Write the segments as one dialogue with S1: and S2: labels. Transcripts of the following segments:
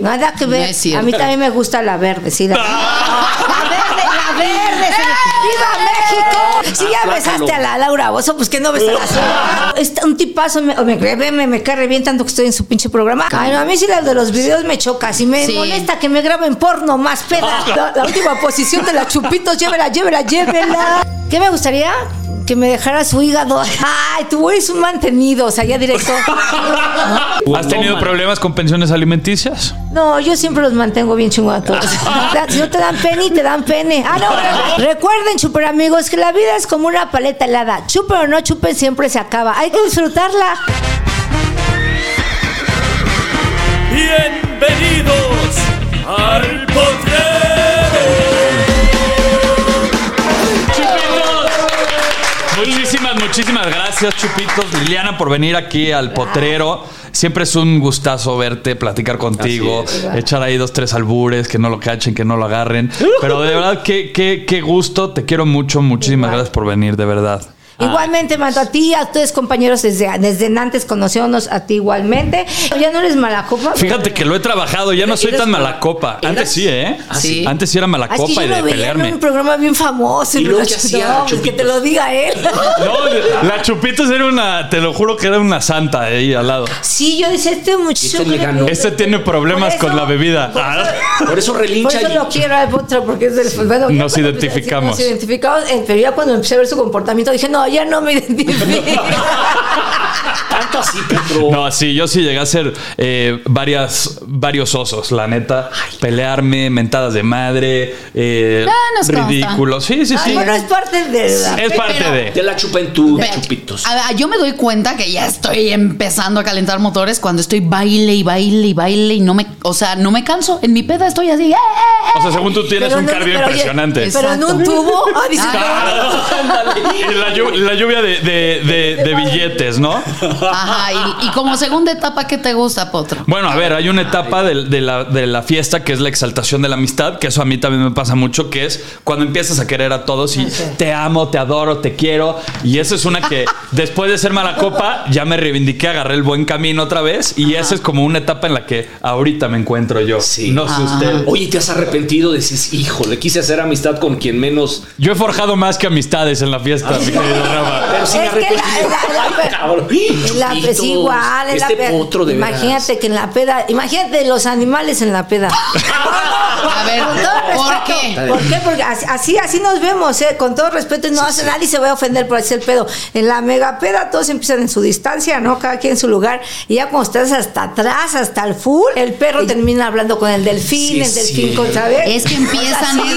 S1: Nada que ver.
S2: es cierto.
S1: a mí también me gusta la verde, sí. La, La verde, la verde. sí. ¡Viva México! Si ya besaste a la Laura Bozo, pues que no besas a la suya. Está Un tipazo, me, me, cae bien, me, me cae re bien tanto que estoy en su pinche programa. Ay, no, a mí sí la de los videos me choca. Si me
S2: Sí.
S1: molesta que me graben porno más peda. La, la última posición de la chupitos, llévela, llévela, llévela. ¿Qué me gustaría? Que me dejara su hígado. Ay, tú eres un mantenido, o sea, ya directo.
S3: ¿Has tenido problemas con pensiones alimenticias?
S1: No, yo siempre los mantengo bien chingados. Si no te dan pene, te dan pene. Ah, no. Recuerden, super amigos, que la vida es como una paleta helada. Chupen o no chupen, siempre se acaba. Hay que disfrutarla.
S3: Ah.
S4: Bienvenidos al potrero.
S3: ¡Chupitos! Muchísimas, muchísimas gracias, Chupitos. Liliana, por venir aquí al potrero. Siempre es un gustazo verte, platicar contigo, echar ahí dos, tres albures, que no lo cachen, que no lo agarren. Pero de verdad, qué, qué, qué gusto. Te quiero mucho. Muchísimas gracias por venir, de verdad.
S1: Igualmente, mando a ti, a ustedes, compañeros, desde, desde antes conociéndonos a ti igualmente. Ya no eres mala copa.
S3: Fíjate que lo he trabajado, ya no soy tan mala copa. Antes sí, ¿eh?
S2: Sí.
S3: Antes sí era mala
S1: Ah, es que
S3: copa
S1: yo
S3: y
S1: lo
S3: de
S1: veía en
S3: pelearme.
S1: un programa bien famoso.
S2: Y
S1: Y
S2: luego
S1: lo
S2: que hacía
S1: no, pues,
S2: Chupitos.
S1: que te lo diga él.
S3: No, la Chupitos era una, te lo juro que era una santa ahí al lado.
S1: Sí, yo decía, este muchacho...
S2: Este le ganó.
S3: Este tiene problemas
S1: Por eso-
S3: con la bebida. Ah.
S2: Por eso
S1: Por
S2: relincha
S1: eso lo
S2: y
S1: quiero al potro, porque es del. Bueno, ya
S3: Nos
S1: cuando-
S3: identificamos.
S1: Nos identificamos, eh, pero ya cuando empecé a ver su comportamiento dije, no, ya no me identifico.
S2: tanto así, Petro.
S3: No, sí, yo sí llegué a hacer eh, varias, varios osos, la neta. Pelearme, mentadas de madre, eh,
S5: Ah, nos consta.
S3: ridículos. Sí, sí,
S1: Ay,
S3: sí.
S1: bueno, es parte de la.
S3: es parte
S5: pero-
S3: de.
S2: Te la chupen tú,
S5: Ve,
S2: chupitos.
S5: a ver, yo me doy cuenta que ya estoy empezando a calentar motores cuando estoy baile y baile y baile y no me, o sea, no me canso. En mi peda estoy así. ¡eh, eh, eh!
S3: O sea, según tú tienes
S1: Pero
S3: un
S1: no-
S3: cardio
S1: pero oye,
S3: impresionante.
S5: es-
S1: Pero en un tubo. Ah, dice,
S3: Y la, llu- la lluvia de, de- de- de billetes, ¿no?
S5: Ajá, y, y como segunda etapa, ¿qué te gusta, Potro?
S3: Bueno, a ver, hay una etapa de, de la, de la fiesta que es la exaltación de la amistad, que eso a mí también me pasa mucho, que es cuando empiezas a querer a todos y te amo, te adoro, te quiero. Y esa es una que después de ser mala copa, ya me reivindiqué, agarré el buen camino otra vez. Y esa es como una etapa en la que ahorita me encuentro yo.
S2: Sí.
S3: No sé usted.
S2: Oye, ¿te has arrepentido? Dices, hijo, le quise hacer amistad con quien menos.
S3: Yo he forjado más que amistades en la fiesta, mi querido Rafa.
S2: Pero sí me
S1: Es que la-
S2: arrepentí.
S1: la- la-
S2: Ay, cabrón.
S1: en la peda,
S2: Chupitos,
S1: sí, igual, en
S2: este
S1: la peda.
S2: potro de veras.
S1: imagínate que en la peda, imagínate los animales en la peda.
S5: A ver,
S1: Con todo
S5: ¿por
S1: respeto.
S5: qué?
S1: ¿Por qué? Porque así- así, así nos vemos, ¿eh? con todo respeto, y no hace nadie se va a ofender por hacer el pedo. En la mega peda todos empiezan en su distancia, ¿no? Cada quien en su lugar. Y ya cuando estás hasta atrás, hasta el full, el perro termina hablando con el delfín,
S2: Sí,
S1: el delfín
S2: sí.
S1: con, ¿sabes?
S5: Es que empiezan,
S1: Así.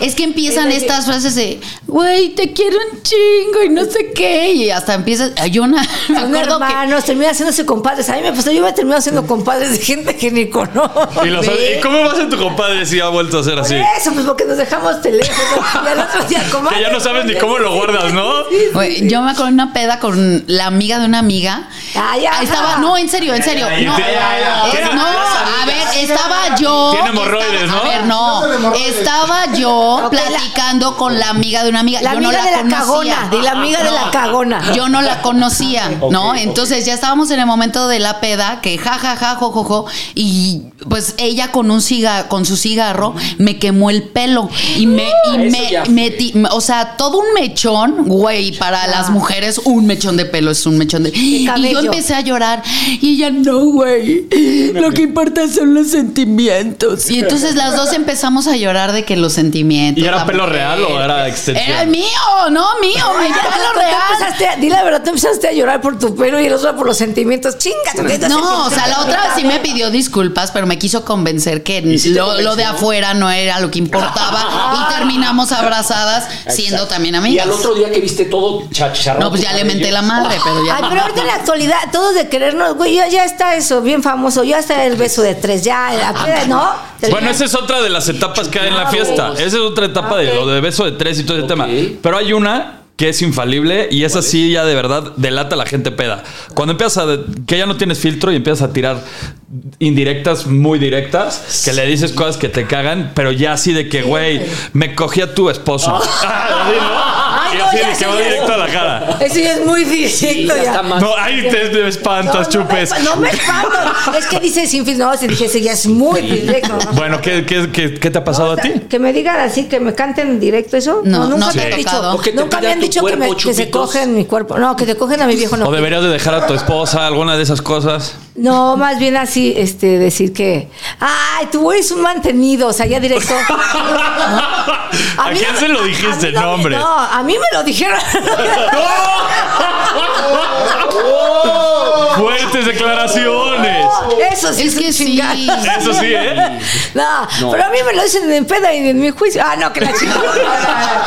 S5: es, es que empiezan
S1: Sí, sí, sí.
S5: estas frases de, güey, te quiero un chingo y no sé qué. Y hasta empiezas, hay una, me
S1: Son
S5: acuerdo que
S1: hermanos, termina haciéndose compadres. A mí me pasó, yo me termino haciendo compadres de gente que ni conozco.
S3: Y, los-
S1: ¿Ve?
S3: ¿y cómo vas en tu compadre si ha vuelto a ser
S1: Por
S3: así?
S1: eso, pues porque nos dejamos teléfono. Y al otro día,
S3: Que
S1: comadre,
S3: ya no sabes ni
S1: comadre.
S3: cómo lo guardas, ¿no?
S5: Güey, yo me acuerdo de una peda con la amiga de una amiga.
S1: Ay, ajá.
S5: Ahí estaba, no, en serio, en serio.
S3: ay,
S5: no,
S3: ay, ay, ay.
S5: era-
S3: Tiene
S5: no,
S3: varias
S5: a ver, estaba yo.
S3: Tiene hemorroides,
S5: estaba-
S3: ¿no?
S5: A ver, no. Estaba yo platicando con la amiga de una amiga.
S1: La
S5: yo
S1: amiga
S5: no la
S1: de la
S5: conocía. Ah,
S1: cagona, de la amiga de la cagona.
S5: Yo no la conocía, ¿no? Entonces ya estábamos en el momento de la peda, que ja, ja, ja, jo, jo, jo, y pues ella con un ciga, con su cigarro me quemó el pelo y me, y
S2: eso
S5: me
S2: ya fue.
S5: metí, o sea, todo un mechón, güey, para las mujeres un mechón de pelo es un mechón de... Y yo
S1: cabello.
S5: empecé a llorar y ella, no, güey, lo que importa son los sentimientos. Y entonces las dos empezamos a llorar de que los sentimientos...
S3: ¿Y era
S5: la
S3: pelo
S5: mujer.
S3: real o era extensión?
S5: Era el mío, no mío, mi pelo
S1: Tú
S5: real.
S1: empezaste a- di la verdad, tú empezaste a llorar por tu pelo y el otro por los sentimientos. Chinga,
S5: No, o sea, la otra sí me pidió disculpas, pero me quiso convencer que
S2: sí te
S5: lo, lo de
S2: convenció?
S5: afuera no era lo que importaba y terminamos abrazadas siendo también
S2: Y
S5: amigas.
S2: al otro día que viste todo chacharrón.
S5: No, pues ya le menté la madre, pero ya.
S1: Ay, pero ahorita en la actualidad, todos de querernos, güey, ya, ya está eso, bien famoso, ya está el beso de tres, ya, la peda, ¿no?
S3: Bueno, esa es otra de las etapas que hay en la fiesta. Esa es otra etapa de lo de beso de tres y todo ese tema. Pero hay una que es infalible y esa sí ya de verdad delata a la gente peda. Cuando empiezas a... de- que ya no tienes filtro y empiezas a tirar indirectas muy directas, que le dices cosas que te cagan, pero ya así de que, güey, me cogí a tu esposo.
S1: Ay,
S3: Y
S1: no,
S3: así
S1: Oh. ya,
S3: de que
S1: eso
S3: va
S1: ya es-
S3: directo a la cara.
S1: Eso ya es muy directo,
S2: ya
S1: ya.
S2: está más.
S3: No, ahí te, te espantas,
S1: no,
S3: chupes.
S1: No me, no me espanto. Es que dice sin fin. No, se dije, ese ya es muy directo. ¿no?
S3: Bueno, ¿qué, qué, qué, qué te ha pasado a ti?
S1: Que me digan así, que me canten en directo eso.
S5: No,
S1: nunca
S5: no
S1: me
S5: te
S1: han
S5: ha
S1: dicho.
S5: tocado.
S2: O que te
S1: nunca me
S2: pidan
S1: han
S2: tu
S1: dicho que, me-
S2: cuerpo,
S1: que se
S2: chupitos.
S1: cogen mi cuerpo. No, que te cogen a mi viejo. No,
S3: ¿O deberías de dejar a tu esposa, alguna de esas cosas?
S1: no más bien así, este, decir que. Ay, tú eres un mantenido, o sea, ya directo.
S3: ¿A
S1: mí
S3: quién
S1: no-
S3: se lo
S1: a- a
S3: dijiste?
S1: mí no
S3: No,
S1: me-
S3: hombre.
S1: No, a mí me lo dijeron.
S3: Fuertes declaraciones.
S1: Eso sí,
S5: Es que sí.
S1: chingar.
S3: Eso sí, ¿eh?
S1: No, pero a mí me lo dicen en peda y en mi juicio. Ah, no, que la chingada.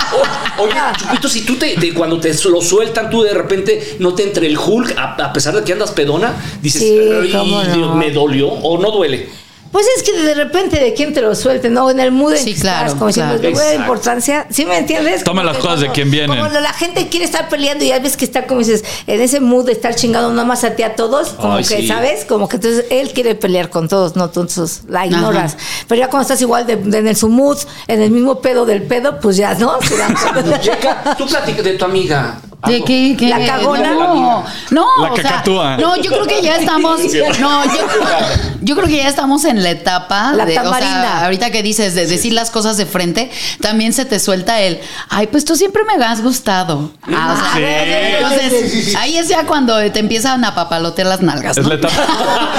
S2: O- Oye, Chupito, si tú te, te- cuando te lo sueltan, tú de repente no te entre el Hulk, a, a pesar de que andas pedona, dices,
S1: Sí,
S2: "Ay,
S1: cómo no".
S2: Dios, me dolió o no duele.
S1: Pues es que de repente de quién te lo suelten, ¿no? En el mood en
S5: Sí,
S1: que estás,
S5: claro,
S1: como si
S5: claro.
S1: no tuviera
S2: Exacto.
S1: importancia. ¿Sí me entiendes?
S3: Toma
S1: Como
S3: las
S1: que
S3: cosas de
S1: cuando-
S3: quien vienen.
S1: Cuando la gente quiere estar peleando y ya ves que está, como dices, en ese mood de estar chingando nada más a ti a todos, como
S2: Ay,
S1: que,
S2: sí.
S1: ¿sabes? Como que entonces él quiere pelear con todos, no entonces la ignoras. Pero ya cuando estás igual de, de en el su mood, en el mismo pedo del pedo, pues ya, ¿no?
S2: Checa, tú platicas de tu amiga.
S5: ¿De
S2: Algo.
S5: qué, qué?
S1: La cagona.
S5: No, no,
S3: La
S5: o sea,
S3: cacatúa.
S5: no, yo creo que ya estamos. No, yo, yo creo que ya estamos en la etapa
S1: La
S5: de. o sea,
S1: tamarinda.
S5: ahorita que dices de decir las cosas de frente, también se te suelta el. Ay, pues tú siempre me has gustado. Ah, o sea,
S3: Sí.
S5: Entonces, ahí es ya cuando te empiezan a papalotear las nalgas.
S3: Es
S5: ¿no?
S3: la etapa,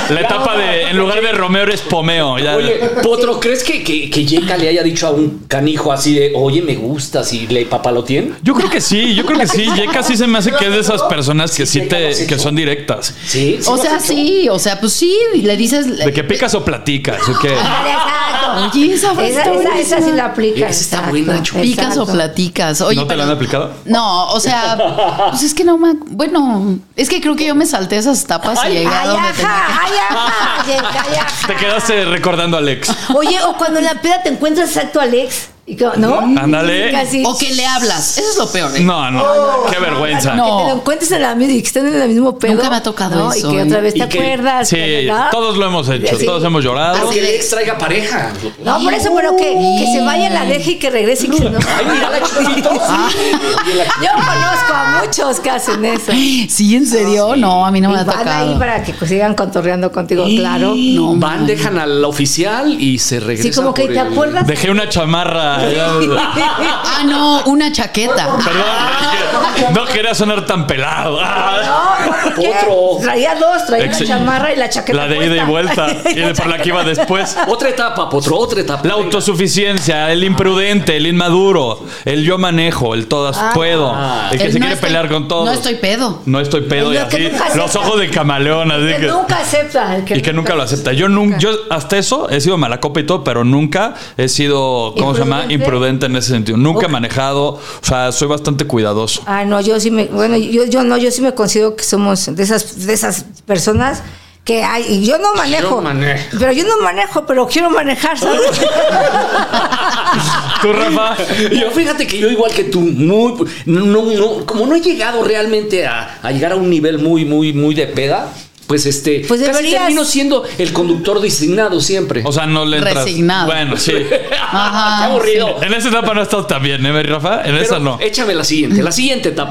S3: la etapa de, en lugar de Romeo eres Pomeo. Ya.
S2: Oye, Potro, ¿crees que, que, que Yeka le haya dicho a un canijo así de, oye, me gusta, si le papaloteen?
S3: Yo creo que sí, yo creo que sí. Yeka sí se me hace que es de esas personas que sí
S2: Yeka lo has
S3: te,
S2: hecho.
S3: que son directas.
S2: Sí.
S5: O
S2: lo has
S5: sea,
S2: hecho?
S5: sí, o sea, pues sí, le dices.
S3: De que picas o platicas, ¿o qué?
S1: Exacto.
S5: Oye, esa frase
S1: Esa,
S5: está
S1: esa,
S5: buenísima.
S1: esa sí la aplica.
S2: Esa está
S1: exacto,
S2: buena, Chuy.
S5: Picas o
S1: exacto.
S5: platicas. Oye,
S3: ¿No te la
S5: pero-
S3: han aplicado?
S5: No, o sea, pues es que no me. ac- Bueno, es que creo que yo me salté esas tapas y llegué a
S1: Ay,
S5: donde tenía
S1: ajá, ay, ajá, llega, ay, ajá.
S3: Te quedaste recordando a Alex.
S1: Oye, o cuando en la peda te encuentras exacto a Alex. y que- ¿No?
S3: Ándale.
S1: Casi.
S5: que- O que le hablas. Eso es lo peor. ¿eh?
S3: No, no, qué vergüenza.
S5: No.
S1: Que te lo encuentres en la misma y que estén en el mismo pedo.
S5: Nunca me ha tocado
S1: ¿no?
S5: eso,
S1: Y que
S5: ¿eh?
S1: otra vez te
S2: Y que-
S1: acuerdas.
S3: Sí,
S1: que- ¿no?
S3: todos lo hemos hecho,
S1: Sí.
S3: todos hemos llorado.
S2: O que le extraiga pareja.
S1: No, por eso, pero que, que se vaya, la deje y que regrese. y que no.
S2: Ay, mira la Chupito.
S1: Yo conozco a muchos que hacen eso.
S5: Sí, en serio. No, a mí no me
S1: Y
S5: ha
S1: van ahí
S5: tocado.
S1: para que pues, sigan contorreando contigo, claro.
S5: No,
S2: Van,
S5: man.
S2: dejan al oficial y se regresan.
S1: Sí, como que
S2: por
S1: te
S2: el-
S1: acuerdas.
S3: Dejé una chamarra. ya.
S5: Ah, no, una chaqueta.
S3: Perdón, es que no quería sonar tan pelado. Ah.
S1: No, ¿por qué?
S2: Otro.
S1: Traía dos, traía
S3: Ex-
S1: la chamarra y la chaqueta.
S3: La de ida y
S1: puesta.
S3: vuelta. Y de por la que iba después.
S2: Otra etapa, Potro, otra etapa.
S3: La autosuficiencia, el imprudente, el inmaduro, el yo manejo, el todas puedo, el que
S5: El
S3: se
S5: no
S3: quiere
S5: estoy-
S3: pelar con todo.
S5: No estoy pedo.
S3: No estoy pedo y
S1: El que
S3: así.
S1: nunca
S3: Los
S1: acepta.
S3: ojos de camaleón, así
S1: Que
S3: que.
S1: nunca acepta. el
S3: Y que nunca lo acepta. Yo nunca, yo hasta eso he sido mala copa y todo, pero nunca he sido, ¿cómo se llama?
S1: Imprudente.
S3: Imprudente en ese sentido. Nunca he manejado, o sea, soy bastante cuidadoso.
S1: Ah, no, yo sí me, bueno, yo, yo no, yo sí me considero que somos de esas, de esas personas que hay, y yo no manejo.
S2: manejo.
S1: Pero yo no manejo, pero quiero manejar, ¿sabes?
S3: ¿Tú, Rafa?
S2: Yo fíjate que yo igual que tú, muy, no, no, como no he llegado realmente a, a llegar a un nivel muy, muy, muy de peda, pues este,
S1: Pues
S2: casi
S1: deberías.
S2: termino siendo el conductor designado siempre.
S3: O sea, no le entras.
S5: Resignado.
S3: Bueno, sí.
S5: Ajá.
S2: Qué aburrido.
S3: En esa etapa no estás tan bien, ¿eh, Rafa? En
S2: Pero
S3: esa no.
S2: Échame la siguiente, la siguiente etapa.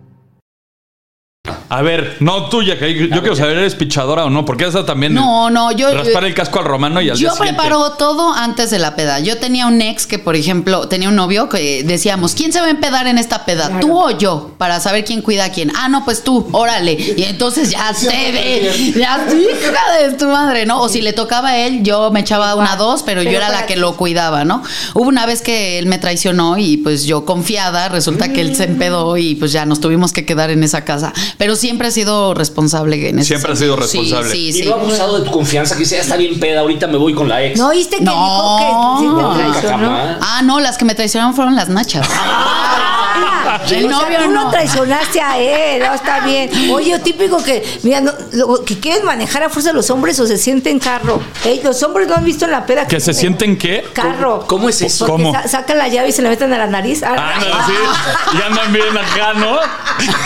S3: A ver, no tuya, que yo quiero saber, ¿eres pichadora o no? Porque esa también.
S5: No, no, yo-
S3: Raspar el casco al romano y al
S5: Yo
S3: día siguiente-
S5: preparo todo antes de la peda. Yo tenía un ex que, por ejemplo, tenía un novio que decíamos, ¿quién se va a empedar en esta peda? ¿Tú o yo? Para saber quién cuida a quién. Ah, no, pues tú, órale. Y entonces ya se ve. Ya, hija de tu madre, ¿no? O si le tocaba a él, yo me echaba una dos, pero yo
S1: Pero
S5: era la
S1: para
S5: que
S1: ti.
S5: lo cuidaba, ¿no? Hubo una vez que él me traicionó y pues yo confiada, resulta que él
S1: Mm.
S5: se empedó y pues ya nos tuvimos que quedar en esa casa. Pero siempre he sido responsable en ese
S3: Siempre has
S5: sentido.
S3: sido
S5: Sí,
S3: responsable.
S5: Sí,
S2: Y
S5: sí.
S2: no ha abusado de tu confianza, que dice, "Ah, está bien peda, ahorita me voy con la ex.
S1: ¿No oíste que
S5: No.
S1: dijo que sí te
S2: Nunca
S1: traicionó?
S2: jamás.
S5: Ah, no, las que me traicionaron fueron las nachas.
S1: Ah,
S5: El
S1: o sea,
S5: novio
S1: tú no.
S5: no.
S1: traicionaste a él, no, está bien. Oye, típico que, mira, no, lo que quieren manejar a fuerza los hombres o se sienten carro. Ey, los hombres no han visto en la peda.
S3: ¿Que se sienten qué?
S1: Carro.
S2: ¿Cómo es eso?
S1: Porque
S3: ¿Cómo?
S1: sa- sacan la llave y se la meten a la nariz. Ah,
S3: Ah, no, sí. Y andan bien acá, ¿no?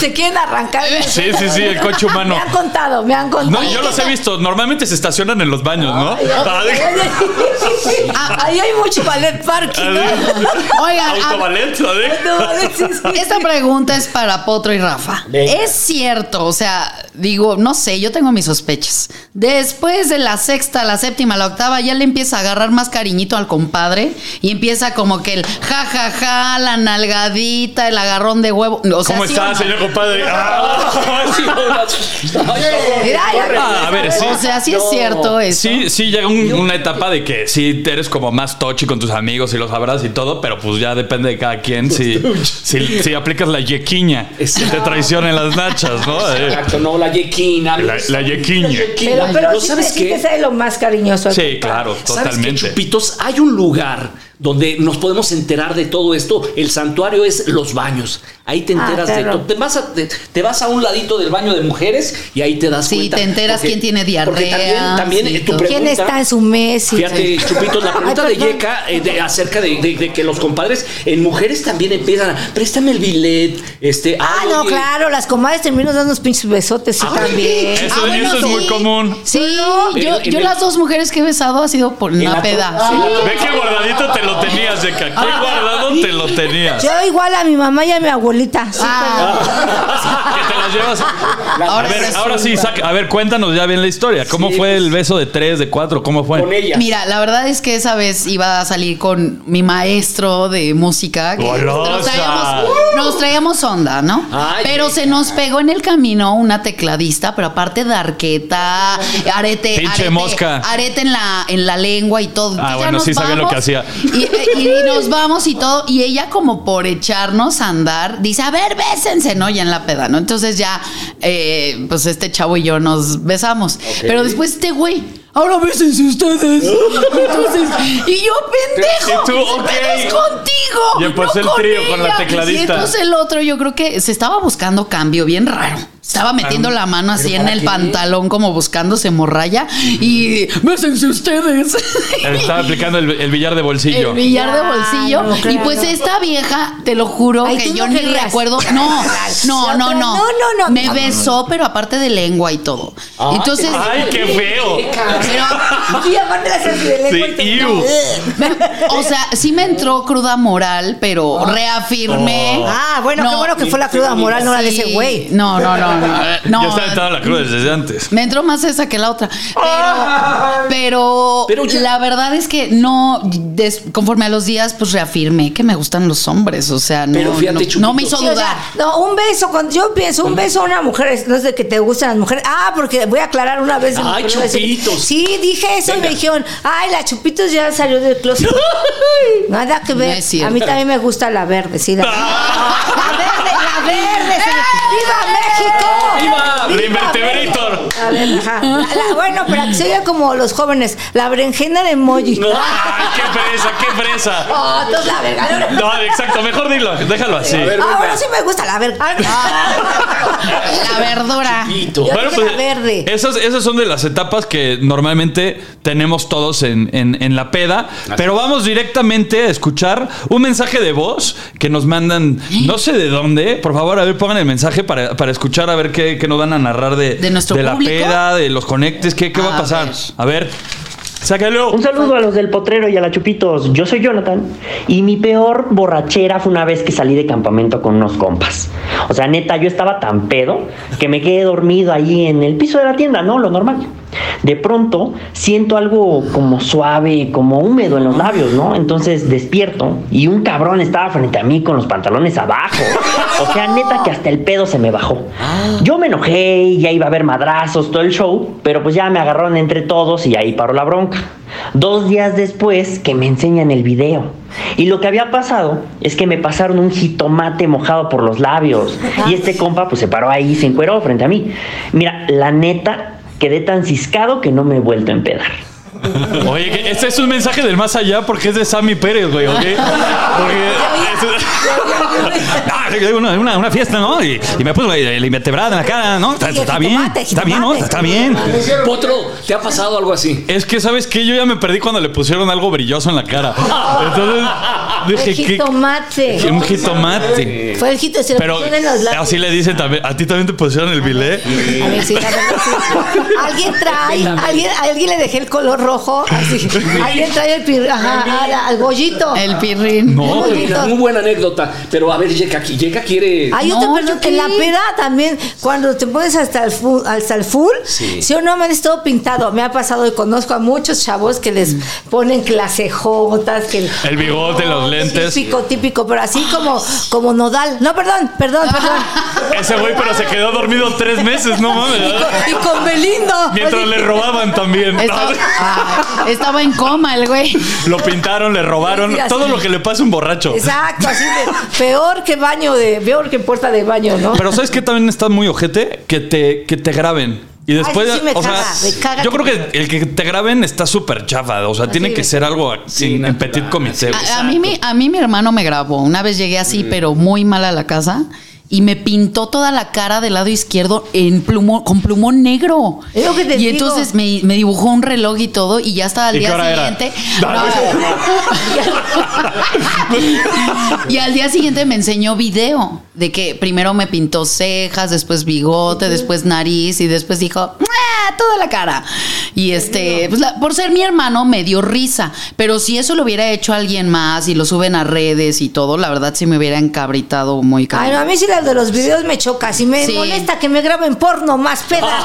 S1: Se quieren arrancar.
S3: Sí, sí, sí, el coche humano.
S1: Me han contado, me han contado.
S3: No, yo los he visto. Normalmente se estacionan en los baños, ¿no? Ah, de-
S1: Ahí hay mucho ballet parking.
S3: ah,
S1: ¿no?
S3: de-
S5: Oigan, a-
S3: Autoballet, ah, de-
S1: No, ballet, sí, sí.
S5: esta pregunta es para Potro y Rafa.
S2: Venga.
S5: Es cierto, o sea, digo, no sé, yo tengo mis sospechas. Después de la sexta, la séptima, la octava, ya le empieza a agarrar más cariñito al compadre y empieza como que el ja, ja, ja, la nalgadita, el agarrón de huevo. O sea,
S3: ¿Cómo
S5: ¿sí
S3: está,
S5: o no?
S3: señor compadre? Ah, sí.
S1: Mira, ya-
S3: Ah, a ver, sí.
S5: O sea, sí es cierto eso.
S3: Sí, sí, llega un- una etapa de que sí eres como más tochi con tus amigos y los abrazas y todo, pero pues ya depende de cada quien si, si, si aplicas la yequiña y te traicionan las nachas, ¿no? Eh,
S2: Exacto, no, la yequina.
S3: La- la yequiña.
S1: Pero, pero
S2: ¿No
S1: sí
S2: sabes
S1: te- sí
S2: qué?
S1: te sale lo más cariñoso. al
S3: Sí,
S1: compadre.
S3: claro,
S2: ¿Sabes qué,
S3: totalmente.
S2: Chupitos, hay un lugar donde nos podemos enterar de todo esto. El santuario es los baños. Ahí te
S1: Ah,
S2: enteras de
S1: claro.
S2: todo. Te vas, a, te, te vas a un ladito del baño de mujeres y ahí te das
S5: Sí,
S2: cuenta.
S5: te enteras quién tiene
S2: Porque
S5: diarrea,
S2: también, también
S5: sí,
S2: eh, tu
S5: todo.
S2: pregunta.
S1: ¿Quién está en su Messi?
S2: Fíjate, Chupitos, la pregunta
S1: Ay,
S2: de
S1: perdón.
S2: Yeka eh, de- acerca de, de- de que los compadres en mujeres también empiezan a, préstame el bilet, este...
S1: Ah, no,
S2: ay,
S1: claro, las comadres terminan dando unos pinches besotes sí, también.
S3: Eso- eso es muy común.
S5: Ah, Sí,
S2: Pero
S5: yo,
S2: en
S5: yo
S2: el-
S5: las dos mujeres que he besado ha sido por
S2: la
S5: una
S2: to-
S5: peda.
S2: Ah,
S5: Sí.
S3: Ve qué guardadito te lo tenías, de que qué guardado te lo tenías.
S1: Yo igual a mi mamá y a mi abuelita. Sí,
S5: Ah,
S3: Que te las llevas. A
S5: Ahora
S3: ver,
S5: resulta.
S3: ahora sí, saca- a ver, cuéntanos ya bien la historia. ¿Cómo
S2: Sí,
S3: fue
S2: pues.
S3: el beso de tres, de cuatro? ¿Cómo fue? Eh,
S2: Con ella.
S5: Mira, la verdad es que esa vez iba a salir con mi maestro de música. que
S3: Golosa.
S5: nos, traíamos, uh, nos traíamos onda, ¿no?
S2: Ay,
S5: pero se nos pegó en el camino una tecladista, pero aparte de arqueta, arete,
S3: Pinche
S5: arete,
S3: mosca.
S5: arete en la, en la lengua y todo.
S3: Ah,
S5: Ya
S3: bueno,
S5: nos
S3: sí sabía lo
S5: vamos
S3: que hacía.
S5: Y, y nos vamos y todo. Y ella, como por echarnos a andar, dice: A ver, bésense, ¿no? Ya en la peda, ¿no? Entonces ya, eh, pues este chavo y yo nos besamos. Pero después este güey, ahora bésense ustedes. Entonces, y yo, pendejo.
S3: Y tú,
S5: ese
S3: ok.
S5: pedo es contigo.
S3: Y empezó
S5: no
S3: el trío
S5: ella".
S3: con la tecladista.
S5: Y entonces el otro, yo creo que se estaba buscando cambio, bien raro. Estaba metiendo la mano así en el pantalón, como buscándose morralla. Y bésense ustedes.
S3: Estaba aplicando el, el billar de bolsillo.
S5: El billar de
S1: Ay,
S5: bolsillo.
S1: no,
S5: Y
S1: claro.
S5: pues esta vieja, te lo juro
S1: Ay,
S5: que
S1: tú
S5: yo
S1: no
S5: ni
S1: querías.
S5: recuerdo. No, no, no, no.
S1: No, no, no.
S5: Me
S1: No, no,
S5: besó, pero aparte de lengua y todo. Entonces.
S3: Ah, Ay, qué feo.
S5: pero-
S1: Y aparte las haces de lengua
S3: Sí,
S1: y te-
S3: iu.
S5: o sea, sí me entró cruda moral, pero
S3: Oh.
S5: reafirmé.
S1: Ah, bueno, qué
S5: No,
S1: bueno que fue la cruda moral, no la de ese
S5: sí.
S1: güey.
S5: No, no, no, no. no.
S3: ya Eh, estaba entrando la cruz desde antes.
S5: Me entró más esa que la otra. Pero, pero,
S2: Pero ya-
S5: la verdad es que no, des- conforme a los días, pues reafirmé que me gustan los hombres. O sea, no,
S2: Pero fíjate,
S5: no-
S2: Chupito.
S5: no me hizo
S1: Sí, o sea,
S5: dudar.
S1: no, un beso, cuando yo pienso, un beso a una mujer, es- no es de que te gustan las mujeres. Ah, porque voy a aclarar una vez.
S2: Ay,
S1: me acuerdo de decir-
S2: chupitos.
S1: Sí, dije eso y me dijeron, ay, la chupitos ya salió del closet. Nada que ver.
S5: No es cierto.
S1: a mí también me gusta la verde, sí, la verde. La verde, la verde. sí. ¡Viva México!
S3: ¡Viva! ¡Reinvertebrator!
S1: La ver, ajá. La- la- bueno, pero que se oiga como los jóvenes, la berenjena de emoji.
S3: No, ay, qué fresa, qué fresa.
S1: Oh, entonces la verga.
S3: No, exacto, mejor dilo, déjalo así.
S1: Ah, bueno, sí me gusta la verga.
S3: Ah,
S5: La verdura.
S2: Chupito.
S1: Yo dije la verde.
S3: pues, Esas, esas son de las etapas que normalmente tenemos todos en, en- en la peda. Pero vamos directamente a escuchar un mensaje de voz que nos mandan, no sé de dónde. Por favor, a ver, pongan el mensaje para, para escuchar, a ver qué, qué nos van a narrar de,
S5: ¿De nuestro
S3: la
S5: público?
S3: peda, de los conectes, qué, qué va a
S5: A
S3: pasar.
S5: ver.
S3: A ver, sácalo.
S6: Un saludo a los del potrero y a la chupitos. Yo soy Jonathan y mi peor borrachera fue una vez que salí de campamento con unos compas. O sea, neta, yo estaba tan pedo que me quedé dormido ahí en el piso de la tienda, ¿no? Lo normal. De pronto siento algo como suave, como húmedo en los labios, ¿no? Entonces despierto y un cabrón estaba frente a mí con los pantalones abajo. O sea, neta que hasta el pedo se me bajó. Yo me enojé y ya iba a haber madrazos, todo el show, pero pues ya me agarraron entre todos y ahí paró la bronca. Dos días después que me enseñan el video. Y lo que había pasado es que me pasaron un jitomate mojado por los labios. Y este compa pues se paró ahí, se encueró frente a mí. Mira, la neta, quedé tan ciscado que no me he vuelto a empedar.
S3: Oye, que este es un mensaje del más allá porque es de Sammy Pérez, güey, ¿ok? Porque. Ah, le digo, una, una- una fiesta, ¿no? Y, y me puso la, la invertebrada en la cara, ¿no? Está,
S1: Sí,
S3: está
S1: jitomate,
S3: bien. Está bien, ¿no?
S1: jitomate.
S3: Está bien.
S2: Potro, ¿te ha pasado algo así?
S3: Es que, ¿sabes qué? Yo ya me perdí cuando le pusieron algo brilloso en la cara. Entonces,
S1: El
S3: dije, ¿qué?
S1: jitomate.
S3: Un jitomate.
S1: Fue el jito, se lo
S3: Pero
S1: pusieron en los labios.
S3: así le dicen también. ¿A ti también te pusieron el bilé?
S1: A ver, sí, la verdad, sí. Alguien trae, alguien, a alguien le dejé el color rojo, así. Alguien trae el pir, ajá, al, al bollito.
S5: El pirrín.
S3: No,
S1: Muy
S2: Mira, Muy
S1: bonito.
S2: buena anécdota, pero a ver, Yeka, aquí- Yeka quiere.
S1: Hay
S5: No,
S1: otra
S5: ¿yo
S1: persona
S5: qué?
S1: en la peda también, cuando te pones hasta el full, hasta el full
S2: Sí.
S1: si o no me todo pintado, me ha pasado y conozco a muchos chavos que
S3: Mm.
S1: les ponen que las cejotas, que el,
S3: El bigote, los lentes.
S1: típico, típico, pero así como, como nodal. No, perdón, perdón, perdón.
S3: Ese güey, pero se quedó dormido tres meses, no mames.
S1: Y con, y con Belindo.
S3: Mientras
S1: Oye,
S3: le robaban también.
S5: Estaba, ah, estaba en coma el güey.
S3: Lo pintaron, le robaron.
S1: Mentiras.
S3: Todo lo que le pasa a un borracho.
S1: Exacto, así de peor que baño de, peor que puerta de baño, ¿no?
S3: Pero ¿sabes qué también está muy ojete? Que te, que te graben. Y después,
S1: Ay, sí, sí, me
S3: o
S1: caga,
S3: sea,
S1: me caga
S3: yo
S1: que
S3: creo
S1: me-
S3: que el que te graben está súper chafa. O sea, tiene
S1: Así
S3: que
S1: es.
S3: ser algo en- en,
S2: natural,
S3: petit comité.
S1: Ah,
S3: güey.
S5: A, a mí, mi- a mí mi hermano me grabó. Una vez llegué así,
S3: Mm.
S5: pero muy mal a la casa. Y me pintó toda la cara del lado izquierdo en plumón, con plumón negro.
S1: Es lo que te
S5: y
S1: digo.
S5: entonces me, me dibujó un reloj y todo, y ya estaba
S3: ¿Y
S5: al
S3: qué
S5: día
S3: hora era?
S5: siguiente.
S3: No,
S5: No. y al día siguiente me enseñó video de que primero me pintó cejas, después bigote, después nariz, y después dijo "Mua", toda la cara. Y este, pues la- por ser mi hermano, me dio risa. Pero si eso lo hubiera hecho alguien más y lo suben a redes y todo, la verdad sí me hubiera encabritado muy
S1: Ay, no,
S5: caro.
S1: a mí sí las de los videos me choca. Si me
S5: Sí.
S1: molesta que me graben porno más
S3: Ah,
S1: peda.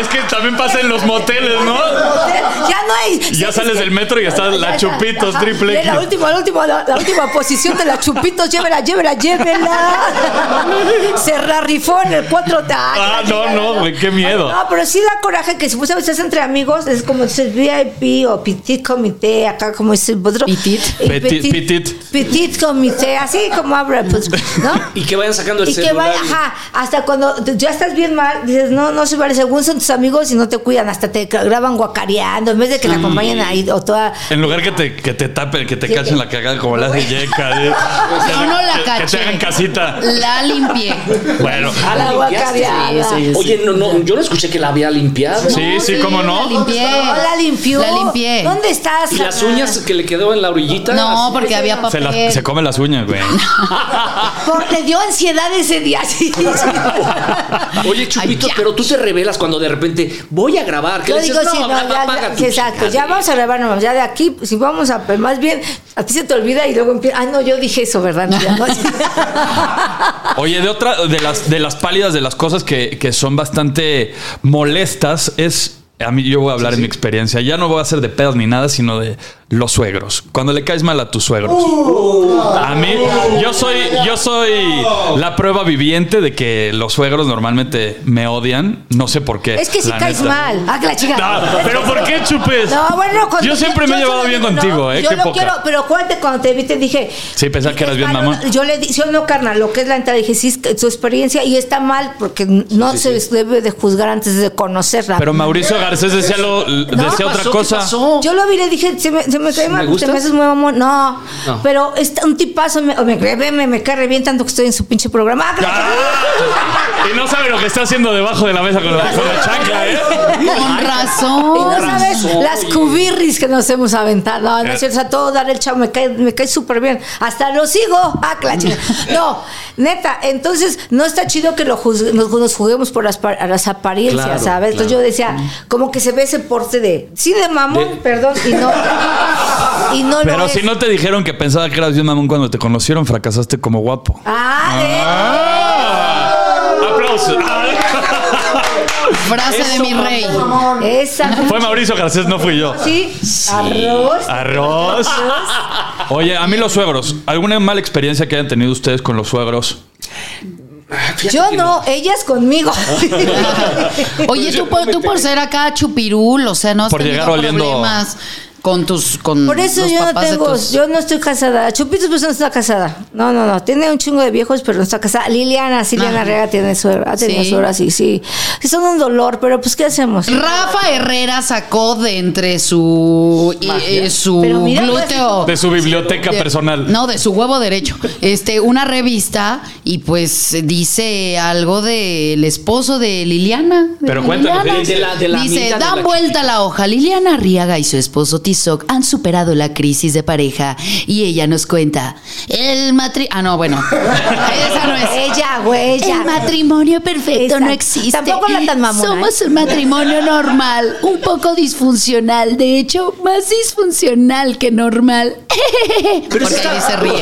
S3: Es que también pasa en los moteles, ¿no?
S1: Ya no hay.
S3: Ya sales del metro y está la Chupitos
S1: Ajá,
S3: triple
S1: ve
S3: X.
S1: La última, la última, la, la última posición de la chupitos, llévela, llévela, llévela. Cerrar rifón, el cuatro
S3: Ah, no, no, güey, qué miedo.
S1: No, pero sí da coraje que si vos a veces entre amigos, es como dices VIP o Petit Comité, acá como dice el otro.
S5: Petit.
S1: Eh,
S3: Petit, petit.
S1: Petit Comité, así como habla, pues, ¿no?
S2: Y que vayan sacando el
S1: Y que
S2: celular.
S1: vaya, ajá, hasta cuando te- ya estás bien mal, dices, no, no se vale, según son tus amigos y no te cuidan, hasta te gra- graban guacareando, en vez de que
S2: Mm.
S1: te acompañen ahí o toda...
S3: En lugar que te, que te tapen, que te calcen la cagada como la hace Yeka. ¿eh?
S5: Yo no la
S3: Que- Que te
S5: caché.
S3: hagan casita.
S5: La limpié.
S3: Bueno.
S2: Ah,
S1: la
S2: limpiaste.
S1: guacareada.
S5: Sí, sí, sí.
S2: Oye, no, no, yo no escuché que la había limpiado.
S3: Sí, sí, cómo no.
S5: La limpié.
S1: No, la limpió.
S5: La limpié.
S1: ¿Dónde estás?
S2: ¿Y las
S1: Ana?
S2: uñas que le quedó en la orillita?
S5: No, porque había
S3: Se,
S5: papel.
S3: las- se come las uñas, güey.
S1: Porque dio ansiedad ese día. sí.
S2: Oye, Chupito,
S5: Ay, ya.
S2: pero tú te revelas cuando de repente, voy a grabar. Que
S1: Yo
S2: le
S1: digo,
S2: dices,
S1: sí,
S2: no,
S1: no, ya,
S2: apaga- apaga
S1: ya,
S2: tu
S1: sí, exacto, ya
S2: chingadera.
S1: vamos a grabar, no, ya de aquí, si vamos a, pues, más bien, a ti se te olvida y luego empieza, ah, no, yo dije eso, ¿verdad? No, ya no.
S3: Oye, de otra, de las, de las pálidas, de las cosas que, que son bastante molestas, es. A mí, yo voy a hablar en mi experiencia. Ya no voy a hacer de pedos ni nada, sino de los suegros. Cuando le caes mal a tus suegros. a mí, yo soy, yo soy la prueba viviente de que los suegros normalmente me odian. No sé por qué.
S1: es que si
S3: la
S1: caes
S3: neta.
S1: mal, ah, que la chica.
S3: Ah, pero ¿por qué chupes?
S1: No, bueno, cuando
S3: Yo siempre me he llevado
S1: solo
S3: bien
S1: digo,
S3: contigo, ¿eh?
S1: Yo
S3: Qué
S1: lo
S3: poca.
S1: quiero, pero acuérdate cuando te vi te dije.
S3: Sí, pensaba que eras bien
S1: "Es malo,
S3: mamón".
S1: Yo le dije, sí o no, carnal, lo que es la entrada, dije, sí, es que su experiencia y está mal porque no se debe de juzgar antes de conocerla.
S3: Pero Mauricio Garcés decía, lo, decía otra
S2: ¿Pasó? ¿Qué
S3: cosa.
S2: pasó?
S1: Yo lo vi y le dije, se me, se me cae
S2: ¿Me
S1: mal,
S2: gustas?
S1: te me haces muy mamón. No,
S2: No.
S1: pero es un tipazo, me, o me, cae bien, me, me cae re bien tanto que estoy en su pinche programa. Ah,
S3: ¡Ah! Y no sabe lo que está haciendo debajo de la mesa con la, con la chancla, ¿eh?
S5: Con
S1: Y no
S5: razón.
S1: sabes las cubirris que nos hemos aventado. No, no es cierto. O sea, todo dar el chavo me cae, me cae súper bien. Hasta lo sigo. Ah, que la chingada. No, neta. Entonces, no está chido que lo juzgue- nos, nos juguemos por las, par- a las apariencias,
S2: Claro,
S1: ¿sabes? Entonces
S2: claro.
S1: yo decía, como que se ve ese porte de, sí, de mamón,
S2: De-
S1: perdón, y no. Y no lo
S3: Pero
S1: es.
S3: si no te dijeron que pensaba que eras bien mamón cuando te conocieron, fracasaste como guapo.
S1: Ah, eh. Ah.
S3: Ah. ¡Aplausos! Ah.
S5: Frase de mi rey.
S1: Esa.
S3: Fue Mauricio Ah. Garcés, no fui yo.
S1: Sí. Arroz.
S3: Arroz. Oye, a mí los suegros. ¿Alguna mala experiencia que hayan tenido ustedes con los suegros?
S2: Ah, Fíjate
S1: Yo
S2: que
S1: no, ellas conmigo.
S3: Pues
S5: Oye, tú, por- tú por ser acá chupirul, o sea, no has
S3: Por
S5: tenido
S3: llegar oliendo-
S5: problemas con tus con
S1: Por eso
S5: los
S1: yo no
S5: papás de
S1: tengo,
S5: tus-
S1: yo no estoy casada. Chupitos pues no está casada. No, no, no. Tiene un chingo de viejos, pero no está casada. Liliana, sí, Liliana
S5: Ajá.
S1: Rega tiene suegra, ha tenido
S5: Ah. Sí.
S1: suegra, sí, sí. Sí, son un dolor, pero pues ¿qué hacemos?
S5: Rafa Herrera sacó de entre su y- eh, su
S1: Pero mira,
S5: glúteo
S3: De su biblioteca
S5: de-
S3: personal.
S5: No, de su huevo derecho. Este, una revista y pues dice algo del esposo de Liliana. de
S3: Pero cuéntanos,
S5: Liliana.
S2: de la- de la
S5: dice,
S2: amiga de
S5: dan
S2: la-
S5: vuelta la hoja. Liliana Arriaga y su esposo Tizoc han superado la crisis de pareja y ella nos cuenta, el matri... Ah, no, bueno. Esa no es.
S1: Ella, güey, ella.
S5: El matrimonio perfecto
S1: Esa.
S5: no existe.
S1: Tampoco la tan mamona,
S5: Somos un matrimonio normal, un poco disfuncional, de hecho, más disfuncional que normal.
S2: Pero
S5: Porque
S2: está-
S5: ahí se ríe.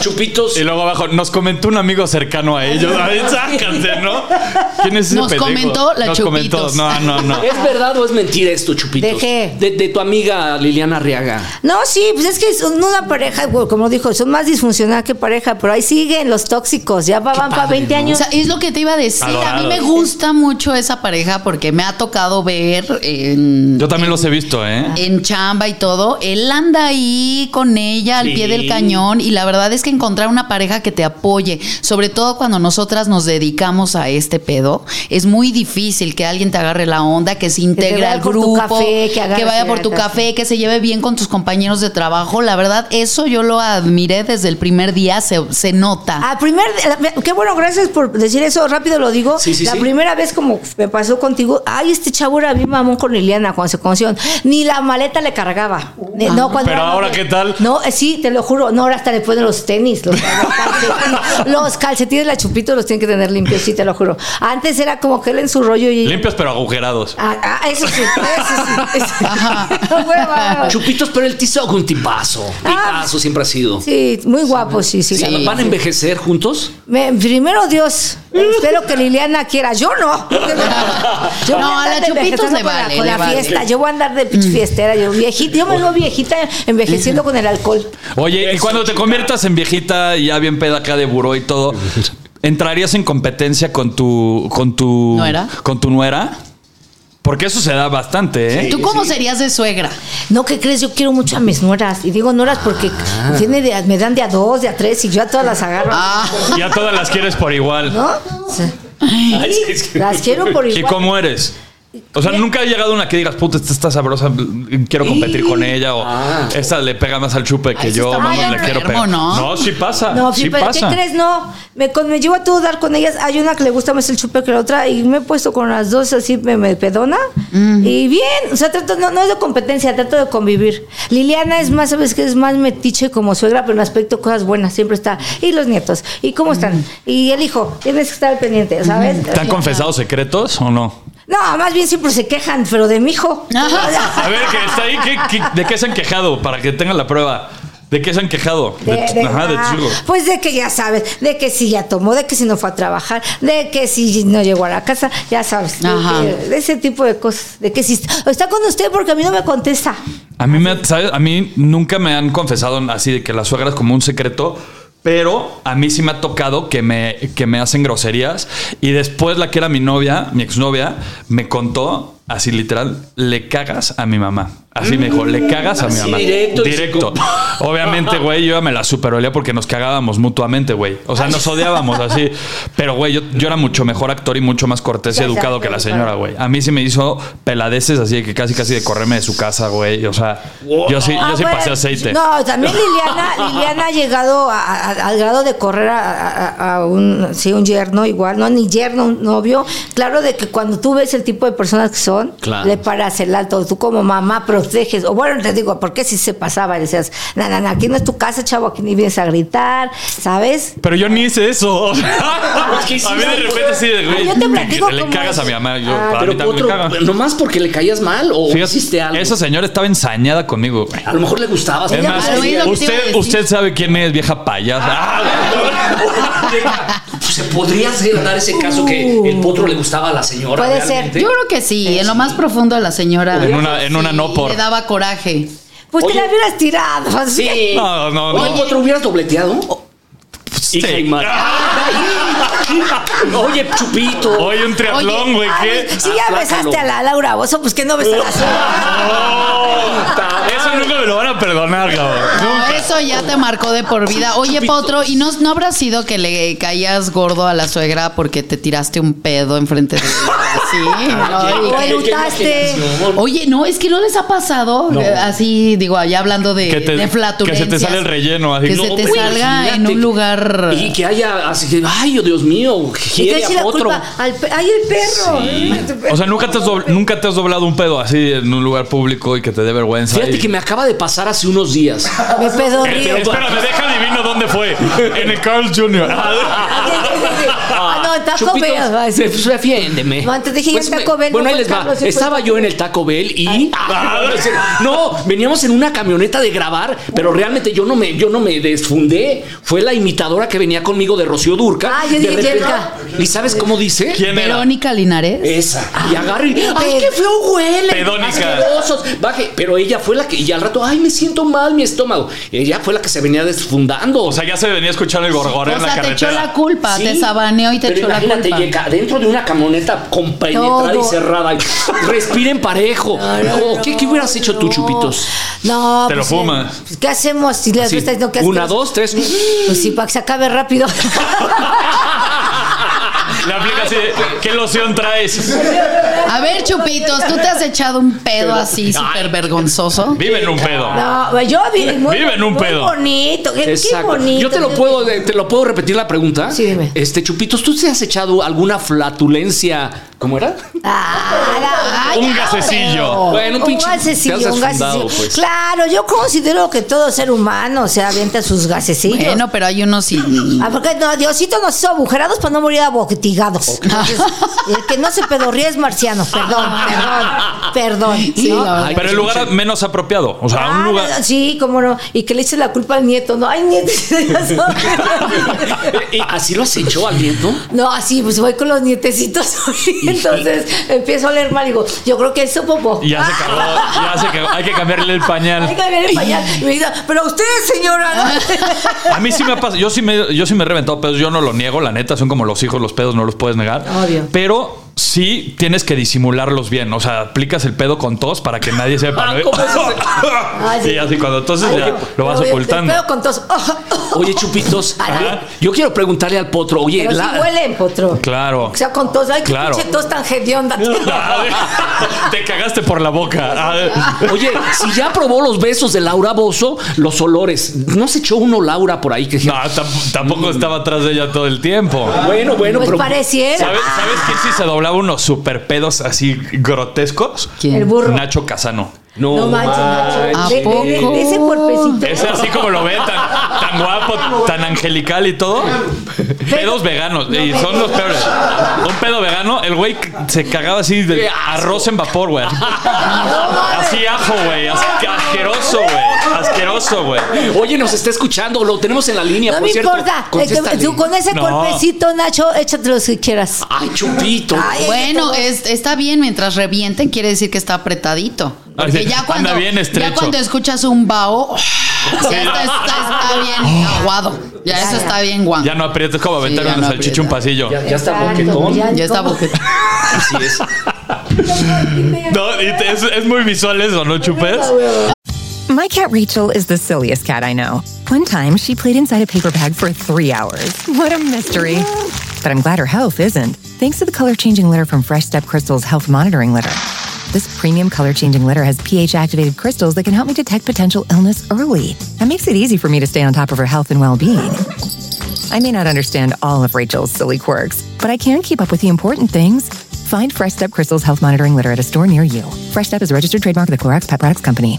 S2: Chupitos.
S3: Y luego abajo, nos comentó un amigo cercano a ellos. Ay, sácate, ¿no? ¿Quién es ese
S5: Nos
S3: pendejo?
S5: comentó la
S3: Nos
S5: Chupitos.
S3: comentó. No, no, no.
S2: ¿Es verdad o es mentira esto, Chupitos?
S1: ¿De qué?
S2: De, de tu amiga Liliana Arriaga.
S1: No, sí, pues es que son una pareja, güey, como dijo, son más disfuncional que pareja, pero ahí siguen los tóxicos, ya va- van para 20
S5: O
S1: años.
S5: sea, es lo que te iba a decir. A mí
S3: Adorados.
S5: me gusta mucho esa pareja porque me ha tocado ver en,
S3: Yo también los he visto, ¿eh?
S5: en chamba y todo. Él anda ahí con ella al pie del cañón y la verdad es que encontrar una pareja que te apoye, sobre todo cuando nosotras nos dedicamos a este pedo, es muy difícil que alguien te agarre la onda, que se
S1: te
S5: integre
S1: vaya
S5: al
S1: por tu
S5: grupo,
S1: café, que agarre
S5: vaya
S1: la
S5: por tu
S1: casa.
S5: café, que se lleve bien con tus compañeros de trabajo. La verdad, eso yo lo admiré desde el primer día, se, se nota.
S1: A Ah, primer, la- qué bueno, gracias por decir eso, rápido lo digo.
S2: Sí, sí,
S1: la
S2: sí.
S1: primera vez como me pasó contigo, ay, este chavo era bien mamón con Liliana cuando se conocieron. Ni la maleta le cargaba. Ni- no, cuando
S3: Pero
S1: era
S3: ahora,
S1: novia.
S3: ¿qué tal?
S1: No, eh, sí, te lo juro, no, ahora hasta le ponen los tenis, los, calcetines, los calcetines, la chupito los tienen que tener limpios, sí, te lo juro. Antes era como que él en su rollo y...
S3: Limpios pero agujerados.
S1: Ah, ah, eso sí, eso sí. eso sí.
S5: Ajá.
S1: Hueva.
S2: Chupitos, pero el Tizoc un tipazo. Tipazo siempre ha sido.
S1: Ah. Sí, muy guapo, sí, sí.
S2: O sea,
S5: Sí.
S2: ¿Van a envejecer juntos?
S1: Me- primero Dios, espero que Liliana quiera. Yo no. Yo voy
S5: No, a la
S1: andar de
S5: Chupitos
S1: vegetando
S5: le
S1: con la-
S5: vale,
S1: Con
S5: le
S1: la,
S5: vale.
S1: fiesta, yo voy a andar de pinche fiestera. Yo, viejita, yo me veo viejita envejeciendo con el alcohol.
S3: Oye, y cuando te conviertas en viejita y ya bien peda acá de buró y todo, ¿entrarías en competencia con tu con tu
S5: ¿Nuera?
S3: con tu nuera? Porque eso se da bastante, ¿eh?
S5: ¿Tú cómo serías de suegra?
S1: No, ¿qué crees? Yo quiero mucho a mis nueras. Y digo nueras porque tiene de- me dan de a dos, de a tres y yo a todas las agarro.
S5: Ah.
S3: Y a todas las quieres por igual.
S1: ¿No? Sí. Las quiero por
S3: ¿Y
S1: igual.
S3: cómo eres? O sea, nunca ha llegado una que digas, puta, esta está sabrosa, quiero competir con ella, o esta le pega más al chupe que
S5: eso
S3: yo,
S5: está
S3: vamos,
S5: muy
S3: le quiero
S5: enfermo,
S3: pegar.
S5: ¿no?
S3: sí pasa.
S1: No,
S3: sí
S1: sí, pero
S3: pasa.
S1: ¿qué crees? No, me, con, me llevo a todo dar con ellas. Hay una que le gusta más el chupe que la otra y me he puesto con las dos así, me, me pedona. Y bien, o sea, trato, no, no es de competencia, trato de convivir. Liliana es más, sabes que es más metiche como suegra, pero en aspecto cosas buenas, siempre está. Y los nietos, ¿y cómo están? Y el hijo, tienes que estar al pendiente, ¿sabes?
S3: Mm. ¿Te han confesado secretos o no?
S1: No, No, más bien siempre se quejan, pero de mi hijo.
S5: Ah,
S3: A ver, que está ahí, ¿qué- qué- ¿de qué se han quejado? Para que tengan la prueba. ¿De qué se han quejado?
S1: De- de-
S3: ajá, de
S1: ah,
S3: tu hijo.
S1: Pues de que ya sabes, de que si ya tomó, de que si no fue a trabajar, de que si no llegó a la casa, ya sabes. de
S5: Ajá.
S1: que- de ese tipo de cosas. De que si está, está con usted porque a mí no me contesta.
S3: A mí, me, ha- ¿sabes? A mí nunca me han confesado así de que la suegra es como un secreto, pero a mí sí me ha tocado que me, que me hacen groserías. Y después la que era mi novia, mi exnovia, me contó así literal, le cagas a mi mamá. Así me dijo, le cagas a mi
S2: Así
S3: mamá.
S2: directo,
S3: Directo.
S2: dice,
S3: Obviamente, güey, yo ya me la superolía porque nos cagábamos mutuamente, güey. O sea, nos odiábamos así. Pero, güey, yo, yo era mucho mejor actor y mucho más cortés y
S1: Ya, ya,
S3: educado que la
S1: claro.
S3: señora, güey. A mí sí me hizo peladeces así de que casi casi de correrme de su casa, güey. O sea, yo sí,
S1: Ah,
S3: yo sí
S1: bueno,
S3: pasé aceite.
S1: No, también Liliana, Liliana ha llegado a- a- al grado de correr a, a- a un, sí, un yerno igual, no ni yerno, un novio. Claro de que cuando tú ves el tipo de personas que son,
S2: Claro.
S1: le paras el alto. Tú como mamá proteges. O bueno, te digo, porque si se pasaba, le decías, na, na, na, aquí no es tu casa, chavo, aquí ni vienes a gritar, ¿sabes?
S3: Pero yo ni hice eso. O sea,
S2: es que sí,
S3: a mí de
S2: no,
S3: repente sí de, güey,
S1: yo te platico
S3: le
S1: cómo
S3: cagas
S1: es.
S3: a mi mamá. Yo,
S1: Ah,
S3: a mí
S2: Pero
S3: también me
S2: otro,
S3: cagan.
S2: nomás porque le caías mal o
S3: Fíjate,
S2: hiciste algo.
S3: Esa señora estaba ensañada conmigo, güey.
S2: A lo mejor le gustabas.
S3: Es
S2: ¿no?
S3: más,
S5: Al oído que te
S2: pues,
S5: iba a
S3: usted,
S5: decir.
S3: usted sabe quién es, vieja payasa.
S2: Ah, pues, Se podría hacer- dar ese caso que el potro le gustaba a la señora.
S1: Uh. Puede ser.
S2: realmente?
S5: Yo creo que sí, en lo más profundo de la señora.
S3: En una- en una
S5: Sí,
S3: no por.
S5: Le daba coraje.
S1: Pues
S2: Oye.
S1: te la hubieras tirado. así.
S2: Sí.
S3: No, no,
S2: Oye,
S3: no.
S2: potro, ¿hubieras dobleteado?
S3: Ah,
S2: Hija y madre. Oye, chupito.
S3: Oye, un triatlón,
S5: Oye,
S3: güey.
S1: Ay,
S3: ¿Qué?
S1: Si ya besaste a la Laura Bozo, pues que no besas a la
S2: puta
S3: Eso nunca me lo van a perdonar, cabrón.
S5: No, eso ya te marcó de por vida. Oye, Potro, ¿y no, no habrá sido que le caías gordo a la suegra porque te tiraste un pedo enfrente de ella? Sí, ¿no? Y
S1: O
S5: que-
S1: eructaste.
S5: Oye, no, es que no les ha pasado. eh, Así, digo, ya hablando de,
S3: Que te-
S5: de flatulencias.
S3: que se te sale el relleno, así,
S5: Que
S3: no,
S5: se te
S3: güey,
S5: salga en
S2: imagínate.
S5: un lugar.
S2: Y que haya así que, ay, oh, Dios mío,
S1: Y te
S2: quiere
S1: eche
S2: a
S1: la
S2: potro.
S1: culpa al pe- ay, el perro.
S3: O sea, nunca te, has dobl- nunca te has doblado un pedo así en un lugar público y que te dé vergüenza.
S2: Fíjate
S3: y-
S2: que me acaba de pasar hace unos días.
S1: Me pedo
S3: Espera, Espérame, deja adivino dónde fue. En el Carl Jr.
S1: Ah, no, en Taco
S2: Chupitos,
S1: Bell. ay, sí.
S2: de- pues, defiéndeme.
S1: No, antes dije yo en
S2: me-
S1: Taco Bell,
S2: Bueno,
S1: no
S2: ahí
S1: fue
S2: les va.
S1: Carlos, sí fue
S2: Estaba
S1: Taco
S2: yo en
S1: Bell.
S2: el Taco Bell y. Ah, no, veníamos en una camioneta de grabar, pero realmente yo no me, yo no me desfundé. Fue la imitadora que venía conmigo de Rocío Durca.
S1: Ah, yo
S2: De
S1: dije,
S2: repente-
S1: Yerka.
S2: ¿Y sabes cómo dice?
S3: ¿Quién era? Eh,
S5: Verónica Linares.
S2: Esa. Y agarra y. ¡Ay, qué feo huele!
S3: Pedónica.
S2: Asquerosos. Baje. Pero ella fue la que. Y al rato, ¡ay, me siento mal mi estómago! Ella fue la que se venía desfundando.
S3: O sea, ya se venía a escuchar el
S5: o
S3: gorgoreo en la
S5: sea, te echó la
S3: carretera.
S5: culpa, te sabaneó y te
S2: pero
S5: echó la
S2: imagínate,
S5: culpa.
S2: Yeka, dentro de una camioneta compenetrada y
S1: Todo.
S2: cerrada. y respiren parejo. No, ¿qué, qué hubieras hecho tú, Chupitos?
S1: No.
S3: Te lo
S1: pues,
S3: fumas.
S1: eh, ¿Qué hacemos si les
S2: Sí.
S1: gusta? No, ¿qué
S2: Una,
S1: hacemos?
S2: dos, tres.
S1: Pues sí, para que se acabe rápido.
S3: Le aplica así, de, ¿qué loción traes?
S5: A ver, Chupitos, ¿tú te has echado un pedo así súper vergonzoso?
S3: Vive en un pedo.
S1: No, yo vi. Muy,
S3: Vive en un
S1: muy
S3: pedo.
S1: bonito. Qué, qué
S2: Exacto.
S1: bonito.
S2: Yo te lo
S1: qué
S2: puedo,
S1: bonito.
S2: te lo puedo repetir la pregunta.
S1: Sí, dime.
S2: Este, Chupitos, ¿tú te has echado alguna flatulencia? ¿Cómo era?
S1: Ah, la- ay,
S3: Un
S1: ahora.
S3: gasecillo.
S2: Bueno, un
S1: un
S2: pinche- te
S1: gasecillo,
S2: has
S1: un
S2: desfundado,
S1: gasecillo.
S2: pues.
S1: Claro, yo considero que todo ser humano se avienta sus gasecillos.
S5: Bueno, pero hay unos y.
S1: Ah, porque no, Diosito nos hizo agujerados para no morir abotigados. Entonces, el que no se pedorría es marciano. Perdón, perdón, perdón.
S5: Sí,
S1: ¿no?
S5: la verdad.
S3: Pero el lugar menos apropiado. O sea, un
S1: Ah,
S3: lugar.
S1: Sí, cómo no. Y que le eches la culpa al nieto, ¿no? Ay, nieto.
S2: ¿Y así lo has hecho al viento?
S1: No, así, pues voy con los nietecitos. y Entonces empiezo a leer mal y digo, yo creo que eso popó.
S3: Y ya se cagó. Ya se cagó. Hay que cambiarle el
S1: Hay
S3: pañal.
S1: que ver el pañal. Y me dice, pero usted, señora. ¿no?"
S3: A mí sí me ha pasado. Yo sí me, yo sí me he reventado pedos. Yo no lo niego, la neta. Son como los hijos, los pedos no los puedes negar.
S1: Obvio.
S3: Pero sí tienes que disimularlos bien. O sea, aplicas el pedo con tos para que nadie sepa. ¿no?
S1: Ah, sí.
S3: y así cuando entonces
S1: Ay,
S3: ya
S1: no.
S3: lo vas
S1: Pero, oye,
S3: ocultando.
S1: te pego con tos.
S2: Oye, Chupitos,
S1: Ajá.
S2: yo quiero preguntarle al potro, oye,
S1: Pero sí
S2: la-
S1: huelen, potro.
S3: Claro.
S1: O sea, con tos. Ay, qué
S3: Claro.
S1: pinche tos tan hedionda.
S3: Ah, Te cagaste por la boca. Ah,
S2: oye, si ya probó los besos de Laura Bozo, los olores, ¿no se echó uno Laura por ahí que
S3: No, tam- tampoco estaba atrás de ella todo el tiempo.
S2: Bueno, bueno,
S1: pues
S2: pero
S1: pareciera.
S3: ¿Sabes, ¿sabes quién sí se doblaba unos super pedos así grotescos?
S5: ¿Quién?
S1: El burro.
S3: Nacho Casano.
S1: No manches, Nacho.
S5: ¿A
S1: De- de- de-
S5: poco?
S1: de ese cuerpecito.
S3: Es así como lo ven, tan, tan tan guapo, tan angelical y todo. Pedos veganos. Y son los peores. Un pedo vegano, el güey se cagaba así de
S2: Qué asco.
S3: arroz en vapor, güey. Así ajo, güey. As- Asqueroso, güey. Asqueroso, güey.
S2: Oye, nos está escuchando, lo tenemos en la línea.
S1: No
S2: por
S1: me
S2: cierto.
S1: importa. Eh, que-
S2: Contéstale.
S1: tú con ese
S3: No.
S1: golpecito, Nacho, échate los que quieras.
S2: Ay, chupito.
S1: Ay,
S5: Bueno,
S1: todo.
S5: es- está bien mientras revienten, quiere decir que está apretadito. Porque
S3: Así,
S5: ya
S3: anda
S5: cuando,
S3: bien
S5: ya
S3: estrecho.
S5: cuando escuchas un vaho, ya está, está- está bien aguado. Ya eso está bien guango.
S3: Oh. Ya no aprietas como
S5: Sí,
S3: aventar
S5: ya
S3: una
S5: no
S3: salchicha un pasillo.
S2: Ya, ya está
S1: Exacto,
S2: boquetón.
S1: ya.
S5: Ya está boquete.
S2: Así es.
S3: No, y te- es, es muy visual eso, ¿no, chupes?
S7: My cat Rachel is the silliest cat I know. One time, she played inside a paper bag for three hours. What a mystery. But I'm glad her health isn't, thanks to the color changing litter from Fresh Step Crystal's health monitoring litter. This premium color changing litter has pH activated crystals that can help me detect potential illness early. That makes it easy for me to stay on top of her health and well being. I may not understand all of Rachel's silly quirks, but I can keep up with the important things. Find Fresh Step Crystal's health monitoring litter at a store near you. Fresh Step is a registered trademark of the Clorox Pet Products Company.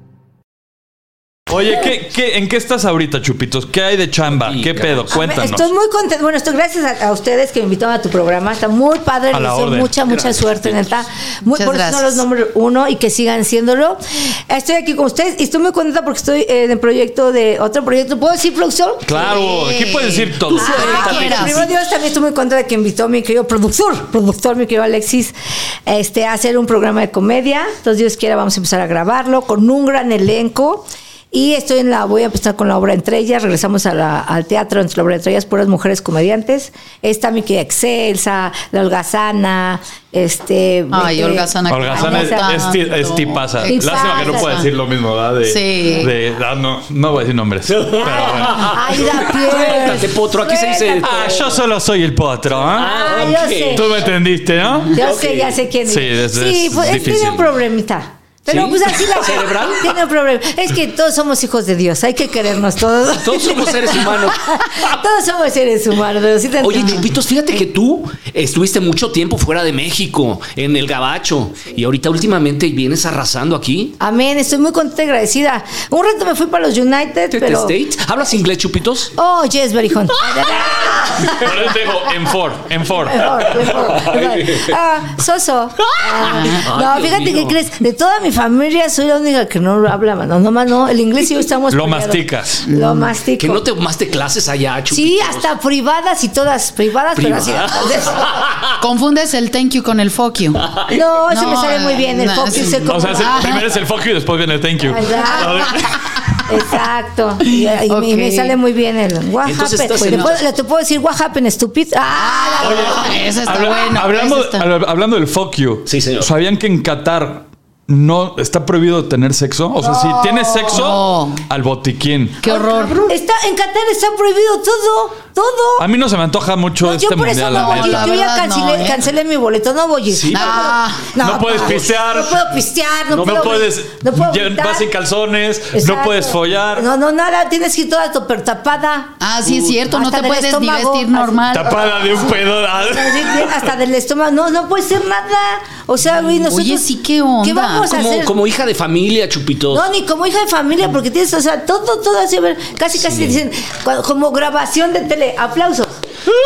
S3: Oye, ¿qué, qué, en qué estás ahorita, chupitos? ¿Qué hay de chamba? ¿Qué pedo? Cuéntanos.
S1: Estoy muy contenta. Bueno, estoy gracias a, a ustedes que me invitaron a tu programa. Está muy
S3: A
S1: padre. Les
S3: la
S1: deseo
S3: orden.
S1: mucha, mucha suerte, neta. Muy,
S5: Muchas
S1: por eso son
S5: gracias.
S1: los número uno y que sigan siéndolo. Estoy aquí con ustedes y estoy muy contenta porque estoy eh, en el proyecto de otro proyecto. ¿Puedo decir, producción?
S3: Claro,
S5: Sí.
S3: aquí puedes decir todo.
S5: Tú suelta,
S1: Ah,
S5: quieras.
S1: Primero Dios, también estoy muy contenta de que invitó mi querido productor, productor, mi querido Alexis, este, a hacer un programa de comedia. Entonces, Dios quiera, vamos a empezar a grabarlo con un gran elenco. Y estoy en la, voy a empezar con la obra entre ellas. Regresamos a la- al teatro entre la obra entre ellas, puras mujeres comediantes. Está mi querida Excelsa, la Holgazana, este.
S5: Ay,
S1: eh,
S5: Holgazana.
S3: Holgazana es,
S5: Holgazana.
S3: es ti- es tipaza.
S1: Tipaza.
S3: Lástima que no puedo decir lo mismo, ¿verdad? De,
S5: Sí.
S3: de- ah, no, no voy a decir nombres. Pero bueno.
S1: Aida Pierce.
S2: Suéltate, potro, aquí se dice-
S3: Ah, yo solo soy el potro, ¿ah?
S1: Ah, yo
S2: ok.
S1: sé.
S3: Tú me entendiste, ¿no?
S1: Ya sé, ya sé quién es.
S3: Sí, es-
S1: sí
S3: es
S1: pues es-
S3: difícil.
S1: tiene un problemita. Pero
S2: ¿Sí?
S1: pues así la
S2: ¿Cerebral?
S1: Tiene un problema. Es que todos somos hijos de Dios, hay que querernos todos.
S2: Todos somos seres humanos.
S1: todos somos seres humanos. pero sí te
S2: Oye,
S1: entiendo.
S2: Chupitos, fíjate que tú estuviste mucho tiempo fuera de México, en el Gabacho, y ahorita últimamente vienes arrasando aquí.
S1: Amén, estoy muy contenta y agradecida. Un rato me fui para los United,
S2: United
S1: pero.
S2: States. ¿Hablas inglés, Chupitos?
S1: Oh, yes, very hot.
S3: Por eso te digo, en Ford, en Ford.
S1: Mejor, mejor, mejor. Ah, Soso. Ah,
S2: Ay,
S1: no,
S2: Dios
S1: fíjate que
S2: mío.
S1: crees. De toda mi familia soy la única que no habla, mano. No, más no. El inglés y yo estamos.
S3: Lo
S1: peleados.
S3: masticas.
S1: Lo mastico.
S2: Que no te tomaste clases allá, Chupitos.
S1: Sí, hasta privadas y todas privadas, pero
S2: Privadas.
S1: así.
S5: Confundes el thank you con el fuck you.
S1: No, eso
S5: No,
S1: me sale muy bien. El
S5: no,
S1: focus
S5: sí.
S1: se
S3: O sea, es el-
S1: Ah,
S3: primero es el fuck you y después viene el thank you.
S1: Exacto. Y, y me- y me
S5: Ok.
S1: sale muy bien el what
S2: Entonces
S1: happened.
S2: estás en
S1: ¿Le
S2: la-
S1: puedo, le- te puedo decir what happened, stupid. Ah, la-
S5: Eso está
S3: Habla-
S5: bueno.
S1: pues,
S3: hablando,
S5: eso está-
S3: habla- hablando del fuck you.
S2: Sí, señor.
S3: ¿Sabían que en Qatar no está prohibido tener sexo? O sea, si tienes sexo,
S5: No.
S3: al botiquín.
S5: Qué horror.
S1: está, en Qatar está prohibido todo, todo.
S3: A mí no se me antoja mucho
S1: No,
S3: este
S1: yo por eso
S3: mundial.
S1: no
S3: la
S1: voy.
S3: neta.
S5: la
S1: Yo ya
S5: verdad no,
S1: cancelé,
S5: ¿eh?
S1: cancelé mi boleto, no voy a ir.
S3: Sí.
S5: Ah,
S3: No puedes pistear.
S1: No puedo pistear, no,
S3: No,
S1: puedo.
S3: puedes,
S1: no puedo
S3: ya
S1: gritar.
S3: vas sin calzones, no
S1: Exacto.
S3: puedes follar.
S1: No, no, nada, tienes que ir toda to- pero tapada.
S5: ah, sí es cierto, no
S1: Hasta
S5: te
S1: del
S5: puedes ni
S1: estómago,
S5: vestir
S1: así.
S5: normal.
S3: Tapada de un pedo. ah.
S1: Así que hasta del estómago, no, no puede ser nada. O sea, güey, nosotros.
S5: Oye, sí, ¿qué onda?
S1: ¿Qué vamos a
S2: Como,
S1: hacer?
S2: como hija de familia, Chupitos.
S1: No, ni como hija de familia, porque tienes, o sea, todo, todo así, a ver, casi, casi te dicen, cu- como grabación de tele, aplausos.